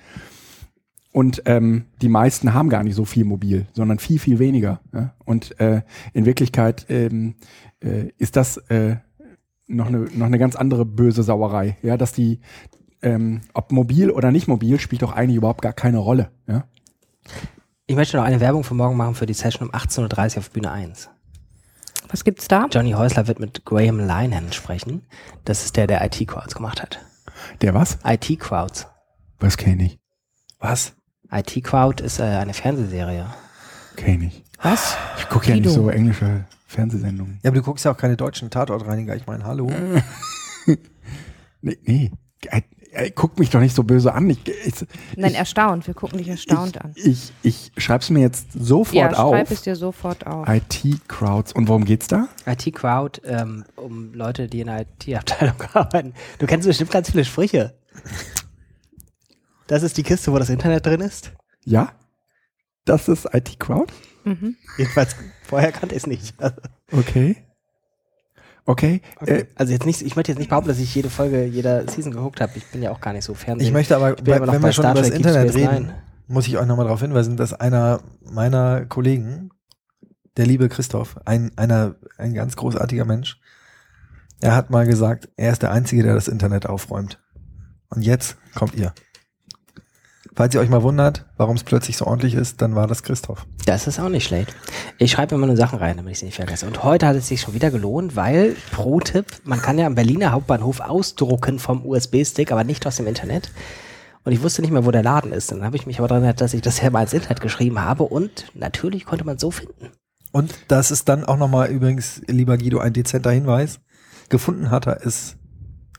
Speaker 1: Und ähm, die meisten haben gar nicht so viel mobil, sondern viel, viel weniger. Ja? Und äh, in Wirklichkeit ähm, äh, ist das äh, noch, eine, noch eine ganz andere böse Sauerei. Ja, dass die, ähm, ob mobil oder nicht mobil, spielt doch eigentlich überhaupt gar keine Rolle. Ja?
Speaker 3: Ich möchte noch eine Werbung für morgen machen für die Session um 18.30 Uhr auf Bühne 1.
Speaker 2: Was gibt's da?
Speaker 3: Johnny Häusler wird mit Graham Linehan sprechen. Das ist der, der IT-Crowds gemacht hat.
Speaker 1: Der was?
Speaker 3: IT-Crowds.
Speaker 1: Was kenne ich?
Speaker 4: Was?
Speaker 3: IT-Crowd ist äh, eine Fernsehserie.
Speaker 1: Kenne ich.
Speaker 2: Was?
Speaker 1: Ich gucke ja
Speaker 2: Guido.
Speaker 1: nicht so englische Fernsehsendungen.
Speaker 4: Ja, aber du guckst ja auch keine deutschen Tatortreiniger. Ich meine, hallo.
Speaker 1: Nee, nee. Äh, äh, Guck mich doch nicht so böse an. Ich, äh, ich,
Speaker 2: Nein, erstaunt. Wir gucken dich erstaunt an.
Speaker 1: ich, ich, ich schreib's mir jetzt sofort
Speaker 2: Ja, schreib es
Speaker 1: auf.
Speaker 2: dir sofort auf.
Speaker 1: IT-Crowds. Und worum geht's da?
Speaker 3: IT-Crowd, ähm, um Leute, die in der IT-Abteilung <laughs> arbeiten. Du kennst bestimmt ganz viele Sprüche. Das ist die Kiste, wo das Internet drin ist.
Speaker 1: Ja? Das ist IT Crowd?
Speaker 3: Jedenfalls, vorher kannte ich es nicht.
Speaker 4: Äh.
Speaker 1: Okay. Okay. Äh,
Speaker 3: Also jetzt nicht, ich möchte jetzt nicht behaupten, dass ich jede Folge jeder Season geguckt habe. Ich bin ja auch gar nicht so Fernsehen.
Speaker 4: Ich möchte aber,
Speaker 3: bin aber noch
Speaker 4: wenn
Speaker 3: bei
Speaker 4: wir schon
Speaker 3: Star
Speaker 4: über das
Speaker 3: Trek, Deep
Speaker 4: Internet
Speaker 3: Space
Speaker 4: reden,
Speaker 3: Nine.
Speaker 4: muss ich euch nochmal darauf hinweisen, dass einer meiner Kollegen, der liebe Christoph, ein, einer, ein ganz großartiger Mensch, er hat mal gesagt, er ist der Einzige, der das Internet aufräumt. Und jetzt kommt ihr. Falls ihr euch mal wundert, warum es plötzlich so ordentlich ist, dann war das Christoph.
Speaker 3: Das ist auch nicht schlecht. Ich schreibe immer nur Sachen rein, damit ich sie nicht vergesse. Und heute hat es sich schon wieder gelohnt, weil, Pro-Tipp, man kann ja am Berliner Hauptbahnhof ausdrucken vom USB-Stick, aber nicht aus dem Internet. Und ich wusste nicht mehr, wo der Laden ist. Dann habe ich mich aber daran erinnert, dass ich das ja mal ins Internet geschrieben habe. Und natürlich konnte man es so finden.
Speaker 4: Und das ist dann auch nochmal übrigens, lieber Guido, ein dezenter Hinweis. Gefunden hat er es,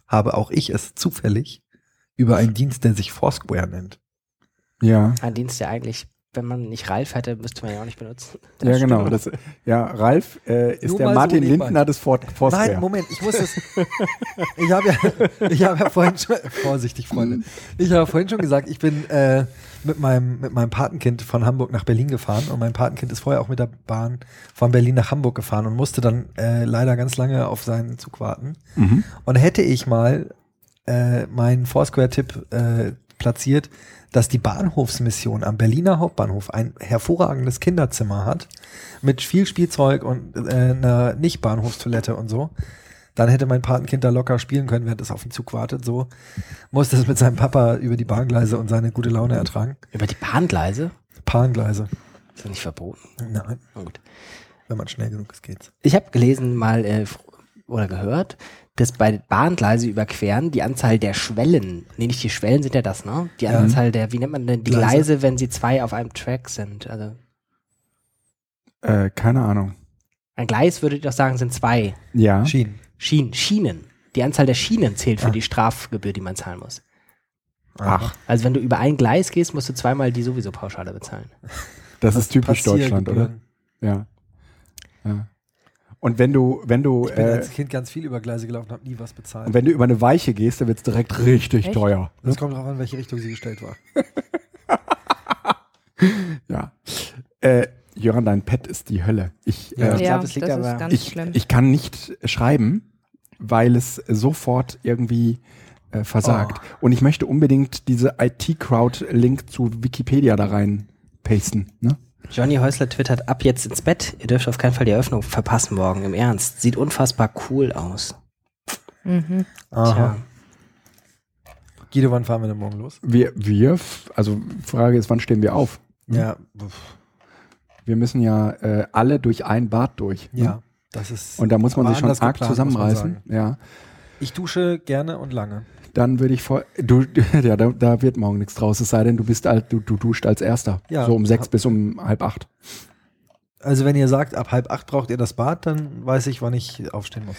Speaker 4: habe auch ich es zufällig, über einen Dienst, der sich Foursquare nennt.
Speaker 1: ja,
Speaker 3: Ein Dienst, der eigentlich, wenn man nicht Ralf hätte, müsste man ja auch nicht benutzen.
Speaker 1: ja, genau. Das, ja, Ralf äh, ist
Speaker 6: Nur
Speaker 1: der
Speaker 6: mal so
Speaker 1: Martin
Speaker 6: nebenbei.
Speaker 1: Lindner des Fort Foursquare.
Speaker 4: Nein, Moment, ich muss es. <laughs> ich habe ja, ich habe ja vorhin schon, vorsichtig, Freunde. Ich habe vorhin schon gesagt, ich bin äh, mit meinem mit meinem Patenkind von Hamburg nach Berlin gefahren und mein Patenkind ist vorher auch mit der Bahn von Berlin nach Hamburg gefahren und musste dann äh, leider ganz lange auf seinen Zug warten. Und hätte ich mal äh, meinen Foursquare-Tipp äh, platziert, dass die Bahnhofsmission am Berliner Hauptbahnhof ein hervorragendes Kinderzimmer hat mit viel Spielzeug und äh, einer Nicht-Bahnhofstoilette und so. Dann hätte mein Patenkind da locker spielen können, während es auf den Zug wartet. So musste es mit seinem Papa über die Bahngleise und seine gute Laune ertragen.
Speaker 3: Über die Bahngleise?
Speaker 4: Bahngleise.
Speaker 3: Ist das nicht verboten?
Speaker 4: Nein,
Speaker 3: Na gut.
Speaker 4: wenn man schnell genug ist, geht's.
Speaker 3: Ich habe gelesen, mal äh, fr- oder gehört, dass bei Bahngleise überqueren die Anzahl der Schwellen, nee, nicht die Schwellen sind ja das, ne? Die Anzahl der, wie nennt man denn, die Gleise,
Speaker 4: Gleise.
Speaker 3: wenn sie zwei auf einem Track sind. Also
Speaker 1: Äh, keine Ahnung.
Speaker 3: ein Gleis würde ich doch sagen, sind zwei
Speaker 1: Ja.
Speaker 7: Schienen.
Speaker 3: Schienen. Schienen. Die Anzahl der Schienen zählt für
Speaker 7: Ah.
Speaker 3: die Strafgebühr, die man zahlen muss.
Speaker 1: Ach,
Speaker 3: Also wenn du über ein Gleis gehst, musst du zweimal die sowieso Pauschale bezahlen.
Speaker 1: das ist typisch Deutschland, oder?
Speaker 7: Passiergebühren.
Speaker 1: Ja. ja. Und wenn du, wenn du,
Speaker 7: Ich bin
Speaker 1: äh,
Speaker 7: als Kind ganz viel über Gleise gelaufen, habe nie was bezahlt.
Speaker 1: und wenn du über eine Weiche gehst, dann wird es direkt richtig
Speaker 2: Echt?
Speaker 1: teuer.
Speaker 7: Das kommt darauf an, welche Richtung sie gestellt war.
Speaker 1: Ja. Äh, Jöran, dein Pad ist die Hölle. Ich,
Speaker 7: Ja.
Speaker 1: äh,
Speaker 3: Ich glaub, das liegt
Speaker 2: das
Speaker 3: aber-
Speaker 2: ist ganz
Speaker 1: ich,
Speaker 2: schlimm.
Speaker 1: ich kann nicht schreiben, weil es sofort irgendwie äh, versagt.
Speaker 2: Oh.
Speaker 1: Und ich möchte unbedingt diese IT-Crowd-Link zu Wikipedia da rein pasten. Ne?
Speaker 3: Johnny Häusler twittert ab jetzt ins Bett. Ihr dürft auf keinen Fall die Eröffnung verpassen morgen, im Ernst. Sieht unfassbar cool aus.
Speaker 2: Mhm.
Speaker 3: Tja.
Speaker 7: Guido, wann fahren wir denn morgen los?
Speaker 1: Wir, wir, f- also Frage ist, wann stehen wir auf?
Speaker 7: Ja, pff,
Speaker 1: Wir müssen ja äh, alle durch ein Bad durch. ne?
Speaker 7: ja. Das ist
Speaker 1: Und da muss man
Speaker 7: aber
Speaker 1: sich schon
Speaker 7: anders
Speaker 1: arg
Speaker 7: geplant, muss man
Speaker 1: zusammenreißen.
Speaker 7: sagen.
Speaker 1: Ja.
Speaker 7: Ich dusche gerne und lange.
Speaker 1: Dann würde ich vor. Du, <laughs> ja, da, da wird morgen nichts draus. Es sei denn, du bist alt, du, du duscht als erster.
Speaker 7: Ja.
Speaker 1: So um sechs bis um halb acht.
Speaker 7: Also wenn ihr sagt, ab halb acht braucht ihr das Bad, dann weiß ich, wann ich aufstehen muss.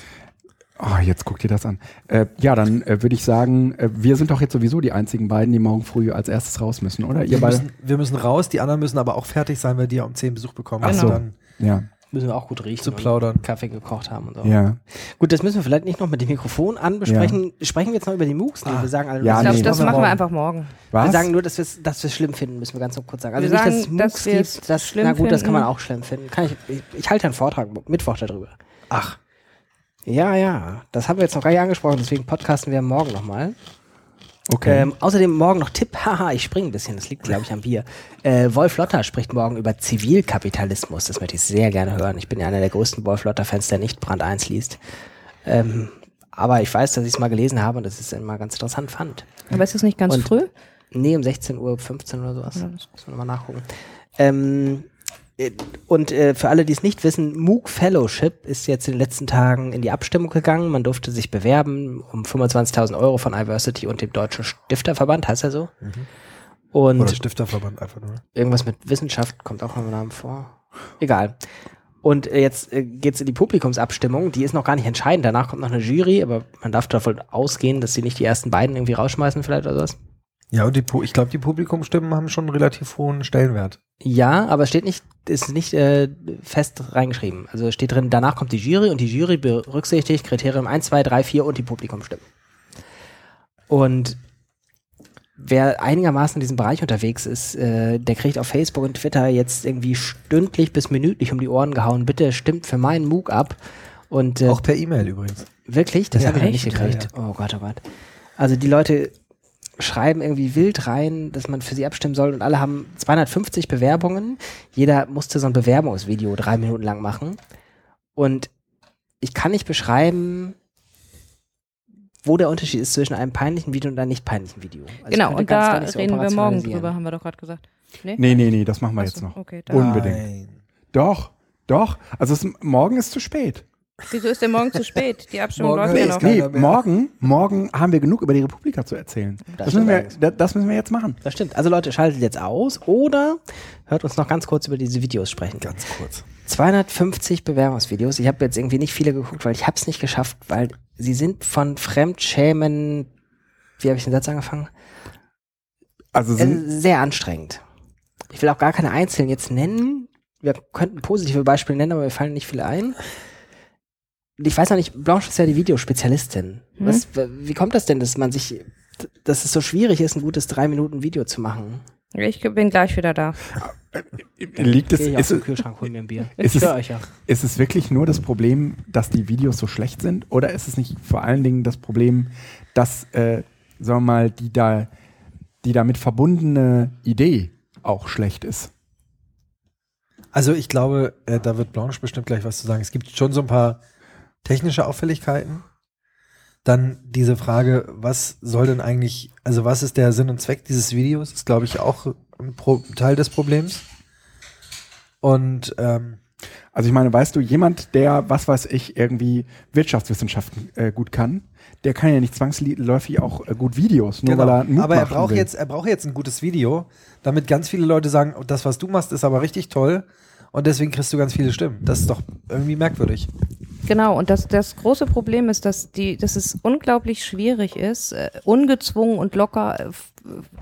Speaker 1: Ah, jetzt guck dir das an. Äh, ja, dann äh, würde ich sagen, äh, wir sind doch jetzt sowieso die einzigen beiden, die morgen früh als erstes raus müssen, oder? Ihr
Speaker 7: Wir
Speaker 1: beide?
Speaker 7: müssen, wir müssen raus, die anderen müssen aber auch fertig sein, weil die ja um zehn Besuch bekommen
Speaker 1: Ach
Speaker 7: und
Speaker 1: so.
Speaker 7: dann
Speaker 1: Ja,
Speaker 3: Müssen wir auch gut riechen.
Speaker 7: zu
Speaker 3: und
Speaker 7: plaudern.
Speaker 3: Kaffee gekocht haben und so.
Speaker 1: ja.
Speaker 3: Gut, das müssen Oh. wir vielleicht nicht noch mit dem Mikrofon anbesprechen. Sprechen wir jetzt noch über die MOOCs? Nee, wir sagen alle,
Speaker 1: Ja,
Speaker 2: Ich
Speaker 3: wir,
Speaker 2: glaube,
Speaker 1: nee.
Speaker 2: das
Speaker 1: Machen wir
Speaker 2: machen wir
Speaker 1: morgen.
Speaker 2: einfach morgen.
Speaker 1: Was?
Speaker 3: wir sagen nur, dass wir es dass wir's schlimm finden, müssen wir ganz so kurz sagen. Also
Speaker 2: Wir
Speaker 3: nicht, dass es
Speaker 2: sagen,
Speaker 3: MOOCs
Speaker 2: dass wir es
Speaker 3: gibt, das,
Speaker 2: schlimm
Speaker 3: na gut, das kann man
Speaker 2: finden.
Speaker 3: auch schlimm finden. Kann ich, ich, ich halte einen Vortrag mo- Mittwoch darüber.
Speaker 7: Ach,
Speaker 3: Ja, ja, das haben wir jetzt noch gar nicht angesprochen, deswegen podcasten wir morgen nochmal.
Speaker 1: okay.
Speaker 3: Ähm, außerdem morgen noch Tipp, <laughs> haha, ich springe ein bisschen, das liegt glaube ich am Bier. Äh, Wolf Lotter spricht morgen über Zivilkapitalismus, das möchte ich sehr gerne hören. Ich bin ja einer der größten Wolf Lotter-Fans, der nicht Brand 1 liest. Ähm, aber ich weiß, dass ich es mal gelesen habe und dass ich es immer ganz interessant fand.
Speaker 2: Aber ist das nicht ganz
Speaker 3: Und-
Speaker 2: früh?
Speaker 3: Nee, um 16 Uhr, 15 oder sowas. Muss man mal nachgucken. Ähm, äh, und äh, für alle, die es nicht wissen, MOOC Fellowship ist jetzt in den letzten Tagen in die Abstimmung gegangen. Man durfte sich bewerben um 25.000 Euro von Iversity und dem Deutschen Stifterverband, heißt er so. Und
Speaker 7: oder Stifterverband einfach nur. ne?
Speaker 3: irgendwas mit Wissenschaft kommt auch noch im Namen vor. Egal. Und äh, jetzt äh, geht's in die Publikumsabstimmung. Die ist noch gar nicht entscheidend. Danach kommt noch eine Jury, aber man darf davon ausgehen, dass sie nicht die ersten beiden irgendwie rausschmeißen vielleicht oder sowas.
Speaker 7: Ja, und die, Pu- ich glaube, die Publikumstimmen haben schon einen relativ hohen Stellenwert.
Speaker 3: Ja, aber es steht nicht, ist nicht äh, fest reingeschrieben. Also es steht drin, danach kommt die Jury und die Jury berücksichtigt Kriterium 1, 2, 3, 4 und die Publikumstimmen. Und wer einigermaßen in diesem Bereich unterwegs ist, äh, der kriegt auf Facebook und Twitter jetzt irgendwie stündlich bis minütlich um die Ohren gehauen, bitte stimmt für meinen MOOC ab. Und äh,
Speaker 7: Auch per E-Mail übrigens.
Speaker 3: Wirklich? Das
Speaker 7: Ja,
Speaker 3: habe ich noch nicht
Speaker 7: echt?
Speaker 3: gekriegt. Oh Gott, oh Gott. Also die Leute schreiben irgendwie wild rein, dass man für sie abstimmen soll und alle haben 250 Bewerbungen. Jeder musste so ein Bewerbungsvideo drei Minuten lang machen. Und ich kann nicht beschreiben, wo der Unterschied ist zwischen einem peinlichen Video und einem nicht peinlichen Video. Also ich
Speaker 2: genau,
Speaker 3: könnte
Speaker 2: und
Speaker 3: ganz
Speaker 2: da
Speaker 3: gar nicht so
Speaker 2: reden wir morgen
Speaker 3: operationalisieren.
Speaker 2: drüber, haben wir doch gerade gesagt.
Speaker 1: nee, nee, nee, das machen wir jetzt noch.
Speaker 2: Okay, dann.
Speaker 1: Unbedingt.
Speaker 7: Nein.
Speaker 1: Doch, doch. Also es, morgen ist zu spät. Äh,
Speaker 2: Wieso ist
Speaker 7: <laughs>
Speaker 2: denn morgen zu spät? Die Abstimmung
Speaker 7: Morgen
Speaker 2: läuft ja
Speaker 7: ist
Speaker 2: noch.
Speaker 7: kein-
Speaker 1: Nee,
Speaker 7: keiner mehr.
Speaker 1: morgen, morgen haben wir genug über die Republika zu erzählen. Das,
Speaker 3: stimmt
Speaker 1: müssen, wir,
Speaker 3: allerdings.
Speaker 1: das, das müssen wir jetzt machen.
Speaker 3: Das stimmt. Also Leute, schaltet jetzt aus oder hört uns noch ganz kurz über diese Videos sprechen.
Speaker 7: Ganz kurz.
Speaker 3: 250 Bewerbungsvideos. Ich habe jetzt irgendwie nicht viele geguckt, weil ich habe es nicht geschafft, weil sie sind von Fremdschämen, wie habe ich den Satz angefangen?
Speaker 1: Also
Speaker 3: Äh,
Speaker 1: sind,
Speaker 3: sehr anstrengend. Ich will auch gar keine einzelnen jetzt nennen. Wir könnten positive Beispiele nennen, aber mir fallen nicht viele ein. Und Ich weiß noch nicht, Blanche ist ja die Videospezialistin.
Speaker 1: Mhm.
Speaker 2: Hm?
Speaker 3: Was, w- wie kommt das denn, dass man sich, dass es so schwierig ist, ein gutes drei Minuten Video zu machen?
Speaker 2: Ich bin gleich wieder da.
Speaker 1: liegt es,
Speaker 3: Geh ich auf
Speaker 1: ist,
Speaker 3: den
Speaker 1: es-
Speaker 3: Kühlschrank, hol mir ein Bier.
Speaker 1: ist
Speaker 3: Ich
Speaker 1: es-
Speaker 3: höre euch ja.
Speaker 1: ist es wirklich nur das Problem, dass die Videos so schlecht sind? Oder ist es nicht vor allen Dingen das Problem, dass, äh, sagen wir mal, die, da, die damit verbundene Idee auch schlecht ist?
Speaker 7: Also ich glaube, äh, da wird Blanche bestimmt gleich was zu sagen. Es gibt schon so ein paar technische Auffälligkeiten. Dann diese Frage, was soll denn eigentlich, also was ist der Sinn und Zweck dieses Videos, ist glaube ich auch ein Pro Teil des Problems. Und ähm,
Speaker 1: Also ich meine, weißt du, jemand, der, was weiß ich, irgendwie Wirtschaftswissenschaften äh, gut kann, der kann ja nicht zwangsläufig auch äh, gut Videos,
Speaker 7: genau.
Speaker 1: nur weil er einen Mut
Speaker 4: Genau. aber er
Speaker 1: machen
Speaker 4: braucht,
Speaker 1: will.
Speaker 4: jetzt, er braucht jetzt ein gutes Video, damit ganz viele Leute sagen, oh, das, was du machst, ist aber richtig toll. Und deswegen kriegst du ganz viele Stimmen. Das ist doch irgendwie merkwürdig.
Speaker 2: Genau, und das, das große Problem ist, dass, die, dass es unglaublich schwierig ist, äh, ungezwungen und locker äh, f-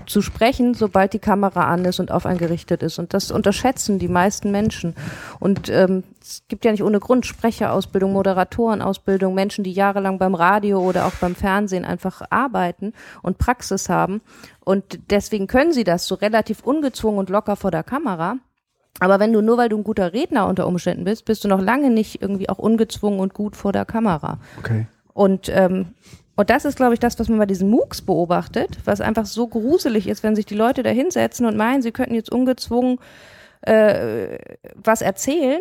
Speaker 2: zu sprechen, sobald die Kamera an ist und auf einen gerichtet ist. Und das unterschätzen die meisten Menschen. Und ähm, es gibt ja nicht ohne Grund Sprecherausbildung, Moderatorenausbildung, Menschen, die jahrelang beim Radio oder auch beim Fernsehen einfach arbeiten und Praxis haben. Und deswegen können sie das so relativ ungezwungen und locker vor der Kamera. Aber wenn du nur, weil du ein guter Redner unter Umständen bist, bist du noch lange nicht irgendwie auch ungezwungen und gut vor der Kamera.
Speaker 1: Okay.
Speaker 2: Und, ähm, und das ist, glaube ich, das, was man bei diesen MOOCs beobachtet, was einfach so gruselig ist, wenn sich die Leute da hinsetzen und meinen, sie könnten jetzt ungezwungen äh, was erzählen,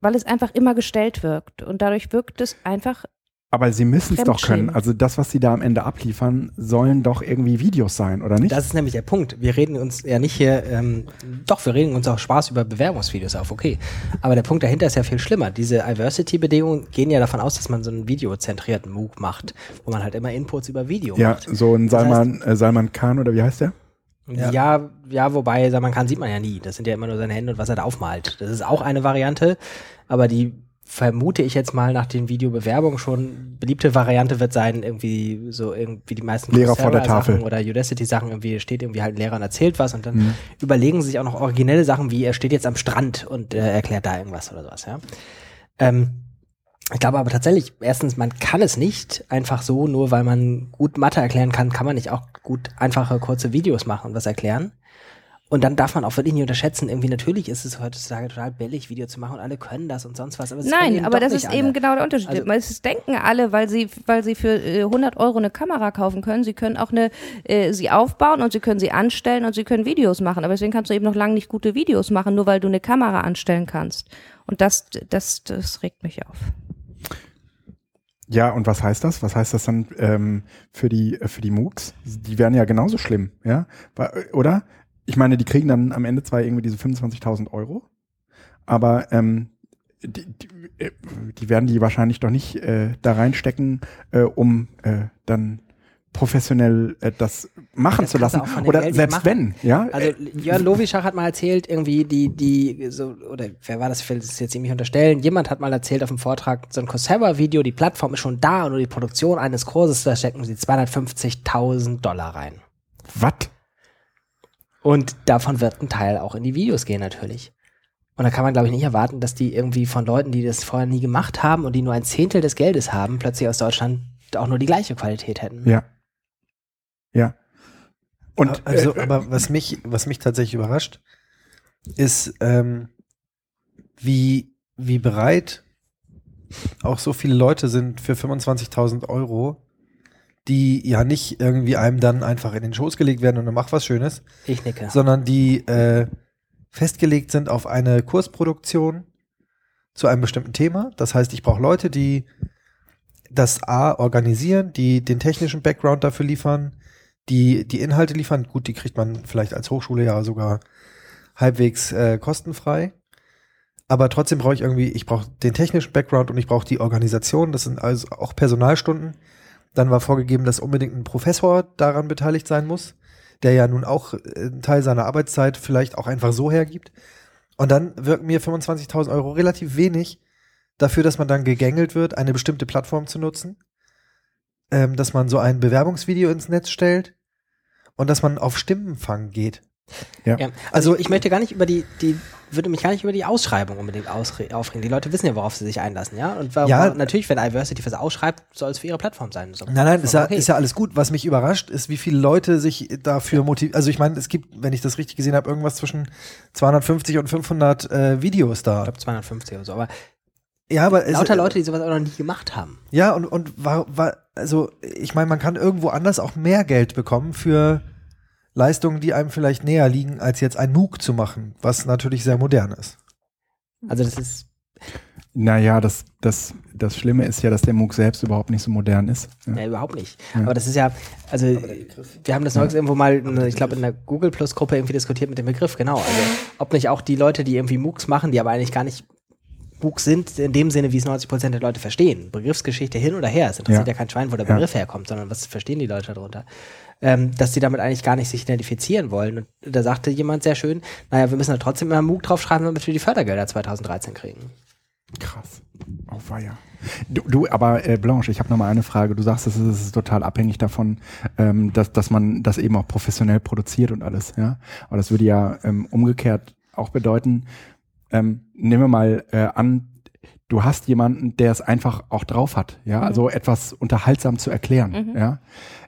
Speaker 2: weil es einfach immer gestellt wirkt. Und dadurch wirkt es einfach,
Speaker 1: Aber sie müssen es doch können.
Speaker 2: Fremdschämen.
Speaker 1: Also das, was sie da am Ende abliefern, sollen doch irgendwie Videos sein, oder nicht?
Speaker 3: Das ist nämlich der Punkt. Wir reden uns ja nicht hier, ähm, doch, wir reden uns auch Spaß über Bewerbungsvideos auf, okay. Aber der Punkt dahinter ist ja viel schlimmer. Diese Diversity-Bedingungen gehen ja davon aus, dass man so einen videozentrierten MOOC macht, wo man halt immer Inputs über Video
Speaker 1: ja,
Speaker 3: macht.
Speaker 1: so ein
Speaker 3: Das heißt-
Speaker 1: Salman, äh, Salman Khan oder wie heißt der?
Speaker 3: Ja. ja, wobei, man kann, sieht man ja nie. Das sind ja immer nur seine Hände und was er da aufmalt. Das ist auch eine Variante, aber die vermute ich jetzt mal nach den Videobewerbungen schon beliebte Variante wird sein, irgendwie so irgendwie die meisten
Speaker 1: Lehrer vor der
Speaker 3: Coursera-Sachen
Speaker 1: Tafel. Mhm.
Speaker 3: oder Udacity-Sachen, irgendwie steht irgendwie halt ein Lehrer und erzählt was und dann überlegen sie sich auch noch originelle Sachen, wie er steht jetzt am Strand und äh, erklärt da irgendwas oder sowas, ja. Ähm, ich glaube aber tatsächlich, erstens, man kann es nicht einfach so, nur weil man gut Mathe erklären kann, kann man nicht auch gut einfache, kurze Videos machen und was erklären. Und dann darf man auch wirklich nicht unterschätzen, irgendwie natürlich ist es heutzutage total billig, Video zu machen und alle können das und sonst was. Aber es können
Speaker 2: nein,
Speaker 3: eben
Speaker 2: aber
Speaker 3: doch
Speaker 2: das
Speaker 3: nicht
Speaker 2: ist
Speaker 3: alle.
Speaker 2: eben genau der Unterschied.
Speaker 3: Also-
Speaker 2: es denken alle, weil sie, weil sie für äh, 100 Euro eine Kamera kaufen können, sie können auch eine, äh, sie aufbauen und sie können sie anstellen und sie können Videos machen. Aber deswegen kannst du eben noch lange nicht gute Videos machen, nur weil du eine Kamera anstellen kannst. Und das, das, das regt mich auf.
Speaker 1: Ja, und was heißt das? Was heißt das dann ähm, für die äh, für die MOOCs? Die werden ja genauso schlimm, ja? Wa- äh, Oder? Ich meine, die kriegen dann am Ende zwar irgendwie diese 25.000 Euro, aber ähm, die, die, äh, die werden die wahrscheinlich doch nicht äh, da reinstecken, äh, um äh, dann professionell äh, das machen
Speaker 3: Das
Speaker 1: zu
Speaker 3: kannst du
Speaker 1: lassen.
Speaker 3: auch von dem
Speaker 1: Oder
Speaker 3: Geld
Speaker 1: selbst
Speaker 3: nicht
Speaker 1: wenn,
Speaker 3: machen.
Speaker 1: ja? Äh,
Speaker 3: Also Jörn Lowischach hat mal erzählt, irgendwie die, die, so, oder wer war das, ich will das jetzt irgendwie nicht unterstellen, jemand hat mal erzählt auf dem Vortrag, so ein Coursera-Video, die Plattform ist schon da und nur die Produktion eines Kurses, da stecken sie 250.000 Dollar rein.
Speaker 1: was?
Speaker 3: Und davon wird ein Teil auch in die Videos gehen natürlich. Und da kann man, glaube ich, nicht erwarten, dass die irgendwie von Leuten, die das vorher nie gemacht haben und die nur ein Zehntel des Geldes haben, plötzlich aus Deutschland auch nur die gleiche Qualität hätten.
Speaker 1: Ja. Ja. Und äh,
Speaker 4: also, aber was mich, was mich tatsächlich überrascht, ist, ähm, wie, wie bereit auch so viele Leute sind für 25.000 Euro, die ja nicht irgendwie einem dann einfach in den Schoß gelegt werden und dann mach was Schönes,
Speaker 3: Ich nicke.
Speaker 4: sondern die äh, festgelegt sind auf eine Kursproduktion zu einem bestimmten Thema. Das heißt, ich brauche Leute, die das A organisieren, die den technischen Background dafür liefern, die die Inhalte liefern. Gut, die kriegt man vielleicht als Hochschule ja sogar halbwegs äh, kostenfrei. Aber trotzdem brauche ich irgendwie, ich brauche den technischen Background und ich brauche die Organisation. Das sind also auch Personalstunden. Dann war vorgegeben, dass unbedingt ein Professor daran beteiligt sein muss der ja nun auch äh, einen Teil seiner Arbeitszeit vielleicht auch einfach so hergibt. Und dann wirken mir 25.000 Euro relativ wenig dafür, dass man dann gegängelt wird, eine bestimmte Plattform zu nutzen, ähm, dass man so ein Bewerbungsvideo ins Netz stellt und dass man auf Stimmenfang geht.
Speaker 3: Ja. Also, ich möchte gar nicht über die, die, würde mich gar nicht über die Ausschreibung unbedingt ausre- aufregen. Die Leute wissen ja, worauf sie sich einlassen, ja? Und warum,
Speaker 4: Ja.
Speaker 3: natürlich, wenn Diversity was ausschreibt, soll es für ihre Plattform sein. So.
Speaker 4: Nein, nein, ist ja,
Speaker 3: Okay.
Speaker 4: ist ja alles gut. Was mich überrascht, ist, wie viele Leute sich dafür motivieren. Also ich meine, es gibt, wenn ich das richtig gesehen habe, irgendwas zwischen 250 und 500 äh, Videos
Speaker 3: Ich
Speaker 4: da.
Speaker 3: glaube 250 oder so, aber
Speaker 4: Ja, aber es-
Speaker 3: lauter Leute, die sowas auch noch nie gemacht haben.
Speaker 4: Ja, und, und war, war, also ich meine, man kann irgendwo anders auch mehr Geld bekommen für Leistungen, die einem vielleicht näher liegen, als jetzt ein MOOC zu machen, was natürlich sehr modern ist.
Speaker 3: Also das ist,
Speaker 1: Naja, das, das, das Schlimme ist ja, dass der MOOC selbst überhaupt nicht so modern ist. Ja.
Speaker 3: ja, überhaupt nicht. Aber das ist ja, also wir haben das neulich irgendwo mal, ne, ich glaube in der Google Plus Gruppe irgendwie diskutiert mit dem Begriff, genau. Also ob nicht auch die Leute, die irgendwie MOOCs machen, die aber eigentlich gar nicht Buch sind, in dem Sinne, wie es 90 Prozent der Leute verstehen. Begriffsgeschichte hin oder her. Es interessiert ja,
Speaker 1: Ja.
Speaker 3: kein Schwein, wo der
Speaker 1: Ja.
Speaker 3: Begriff herkommt, sondern was verstehen die Leute darunter. Ähm, dass sie damit eigentlich gar nicht sich identifizieren wollen. Und da sagte jemand sehr schön, naja, wir müssen da trotzdem immer MOOC draufschreiben, damit wir die Fördergelder 2013 kriegen.
Speaker 1: Krass. Oh, weia. Du, du aber äh, Blanche, ich habe noch mal eine Frage. Du sagst, es ist, es ist total abhängig davon, ähm, dass, dass man das eben auch professionell produziert und alles. Ja? Aber das würde ja ähm, umgekehrt auch bedeuten, ähm, nehmen wir mal äh, an, du hast jemanden, der es einfach auch drauf hat. Ja? Also etwas unterhaltsam zu erklären. Ja?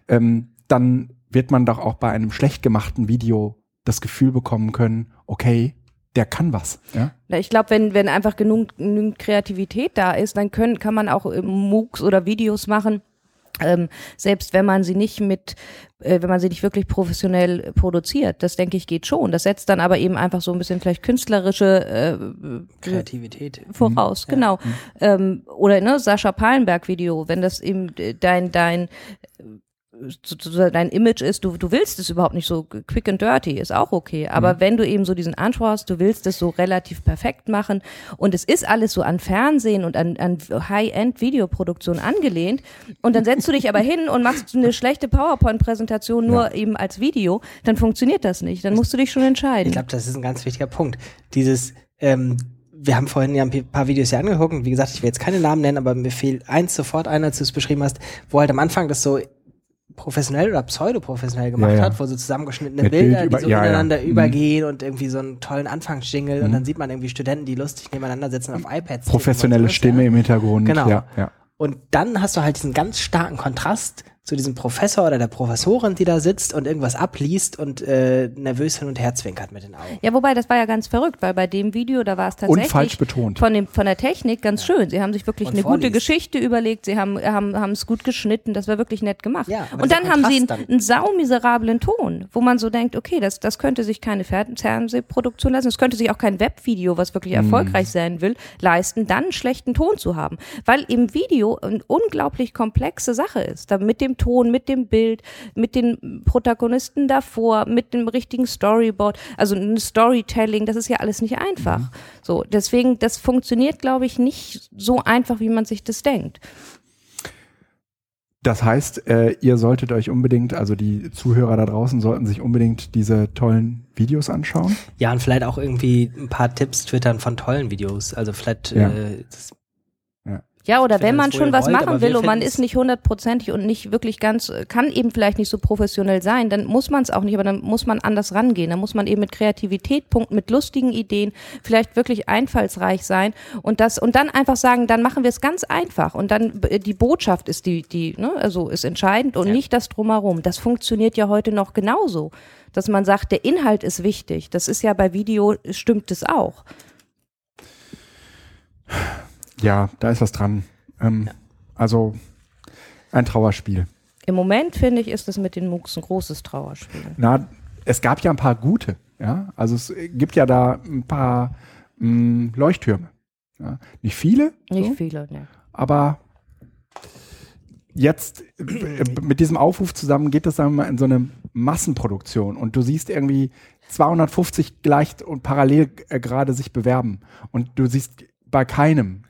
Speaker 1: Ähm, dann wird man doch auch bei einem schlecht gemachten Video das Gefühl bekommen können, okay, der kann was. Ja?
Speaker 2: Na, Ich glaube, wenn, wenn einfach genug, genügend Kreativität da ist, dann können, kann man auch ähm, MOOCs oder Videos machen. Ähm, selbst wenn man sie nicht mit, äh, wenn man sie nicht wirklich professionell äh, produziert, das denke ich geht schon. Das setzt dann aber eben einfach so ein bisschen vielleicht künstlerische äh, äh,
Speaker 3: Kreativität.
Speaker 2: voraus, genau. Ähm, oder ne, Sascha Palenberg-Video, wenn das eben äh, dein, dein äh, sozusagen dein Image ist, du, du willst es überhaupt nicht so quick and dirty, ist auch okay. Aber wenn du eben so diesen Anspruch hast, du willst es so relativ perfekt machen und es ist alles so an Fernsehen und an, an High-End-Videoproduktion angelehnt und dann setzt du dich aber hin und machst eine schlechte PowerPoint-Präsentation nur eben als Video, dann funktioniert das nicht. Dann musst du dich schon entscheiden.
Speaker 3: Ich glaube, das ist ein ganz wichtiger Punkt. Dieses, ähm, wir haben vorhin ja ein pi- paar Videos hier angeguckt und wie gesagt, ich will jetzt keine Namen nennen, aber mir fehlt eins sofort ein, als du es beschrieben hast, wo halt am Anfang das so professionell oder pseudoprofessionell gemacht
Speaker 1: Ja, ja.
Speaker 3: hat, wo so zusammengeschnittene
Speaker 1: Mit Bild
Speaker 3: Bilder,
Speaker 1: über-
Speaker 3: die so
Speaker 1: ja, ja.
Speaker 3: ineinander
Speaker 1: Mhm.
Speaker 3: übergehen und irgendwie so einen tollen Anfangsjingle und dann sieht man irgendwie Studenten, die lustig nebeneinander sitzen auf iPads.
Speaker 1: professionelle
Speaker 3: Und so,
Speaker 1: Stimme
Speaker 3: ja.
Speaker 1: im Hintergrund.
Speaker 3: Genau.
Speaker 1: Ja, ja.
Speaker 3: Und dann hast du halt diesen ganz starken Kontrast zu diesem Professor oder der Professorin, die da sitzt und irgendwas abliest und äh, nervös hin und her zwinkert mit den Augen.
Speaker 2: Ja, wobei, das war ja ganz verrückt, weil bei dem Video, da war es
Speaker 1: Und
Speaker 2: tatsächlich
Speaker 1: falsch betont.
Speaker 2: von, dem, von der Technik ganz schön. Sie haben sich wirklich
Speaker 3: Und
Speaker 2: eine gute
Speaker 3: vorliest.
Speaker 2: Geschichte überlegt, sie haben haben haben, es gut geschnitten, das war wirklich nett gemacht.
Speaker 3: Ja, aber
Speaker 2: Und
Speaker 3: dieser
Speaker 2: dann haben sie einen,
Speaker 3: Kontrast dann.
Speaker 2: einen saumiserablen Ton, wo man so denkt, okay, das, das könnte sich keine Fer- Fernsehproduktion leisten, das könnte sich auch kein Webvideo, was wirklich
Speaker 3: Mhm.
Speaker 2: erfolgreich sein will, leisten, dann einen schlechten Ton zu haben. Weil eben Video eine unglaublich komplexe Sache ist. Da mit dem Ton, mit dem Bild, mit den Protagonisten davor, mit dem richtigen Storyboard, also ein Storytelling, das ist ja alles nicht einfach.
Speaker 3: Mhm.
Speaker 2: So, deswegen, das funktioniert, glaube ich, nicht so einfach, wie man sich das denkt.
Speaker 1: Das heißt, äh, ihr solltet euch unbedingt, also die Zuhörer da draußen sollten sich unbedingt diese tollen Videos anschauen.
Speaker 3: Ja, und vielleicht auch irgendwie ein paar Tipps twittern von tollen Videos. Also vielleicht,
Speaker 1: Ja.
Speaker 3: äh, das,
Speaker 2: Ja, oder
Speaker 3: Findet
Speaker 2: wenn man
Speaker 3: es, wo ihr
Speaker 2: schon was
Speaker 3: wollt, aber
Speaker 2: machen
Speaker 3: wir
Speaker 2: will und man
Speaker 3: finden's-
Speaker 2: ist nicht hundertprozentig und nicht wirklich ganz, äh, kann eben vielleicht nicht so professionell sein, dann muss man es auch nicht, aber dann muss man anders rangehen. Dann muss man eben mit Kreativität punkten, mit lustigen Ideen, vielleicht wirklich einfallsreich sein und das, und dann einfach sagen, dann machen wir es ganz einfach und dann äh, die Botschaft ist die, die, ne, also ist entscheidend und
Speaker 3: Ja.
Speaker 2: nicht das Drumherum. Das funktioniert ja heute noch genauso. Dass man sagt, der Inhalt ist wichtig. Das ist ja bei Video, stimmt es auch.
Speaker 1: Ja, da ist was dran. Ähm, Also ein Trauerspiel.
Speaker 2: Im Moment, finde ich, ist das mit den MOOCs ein großes Trauerspiel.
Speaker 1: Na, es gab ja ein paar gute. Ja, also es gibt ja da ein paar mh, Leuchttürme. Ja? Nicht viele,
Speaker 2: Nicht
Speaker 1: so,
Speaker 2: viele, ne.
Speaker 1: aber jetzt äh, mit diesem Aufruf zusammen geht das dann mal in so eine Massenproduktion und du siehst irgendwie 250 gleich und parallel äh, gerade sich bewerben und du siehst bei keinem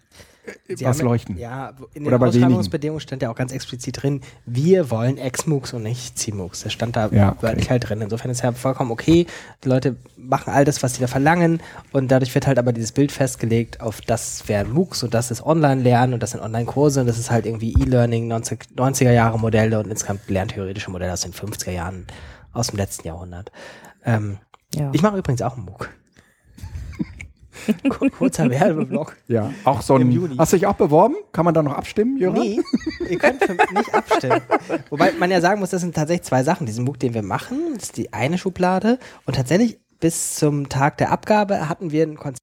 Speaker 1: äh,
Speaker 3: Sie
Speaker 1: was
Speaker 3: haben-
Speaker 1: leuchten.
Speaker 3: Ja, in
Speaker 1: Oder
Speaker 3: den
Speaker 1: bei wenigen.
Speaker 3: Ausschreibungsbedingungen stand ja auch ganz explizit drin, wir wollen Ex-MOOCs und nicht C-MOOCs. Das stand da
Speaker 1: Ja, okay.
Speaker 3: wörtlich halt drin. Insofern ist ja vollkommen okay. Die Leute machen all das, was sie da verlangen und dadurch wird halt aber dieses Bild festgelegt auf das wären MOOCs und das ist Online-Lernen und das sind Online-Kurse und das ist halt irgendwie E-Learning, 90er-Jahre-Modelle und insgesamt lerntheoretische Modelle aus den 50er Jahren, aus dem letzten Jahrhundert. Ähm,
Speaker 2: Ja.
Speaker 3: Ich mache übrigens auch einen MOOC. Kur- Kurzer Werbeblock.
Speaker 1: Ja, auch so ein.
Speaker 3: Juni.
Speaker 1: Hast du dich auch beworben? Kann man da noch abstimmen, Jürgen?
Speaker 3: Nee, ihr könnt für mich nicht abstimmen. Wobei man ja sagen muss, das sind tatsächlich zwei Sachen. Diesen MOOC, den wir machen, ist die eine Schublade. Und tatsächlich bis zum Tag der Abgabe hatten wir ein Konzept.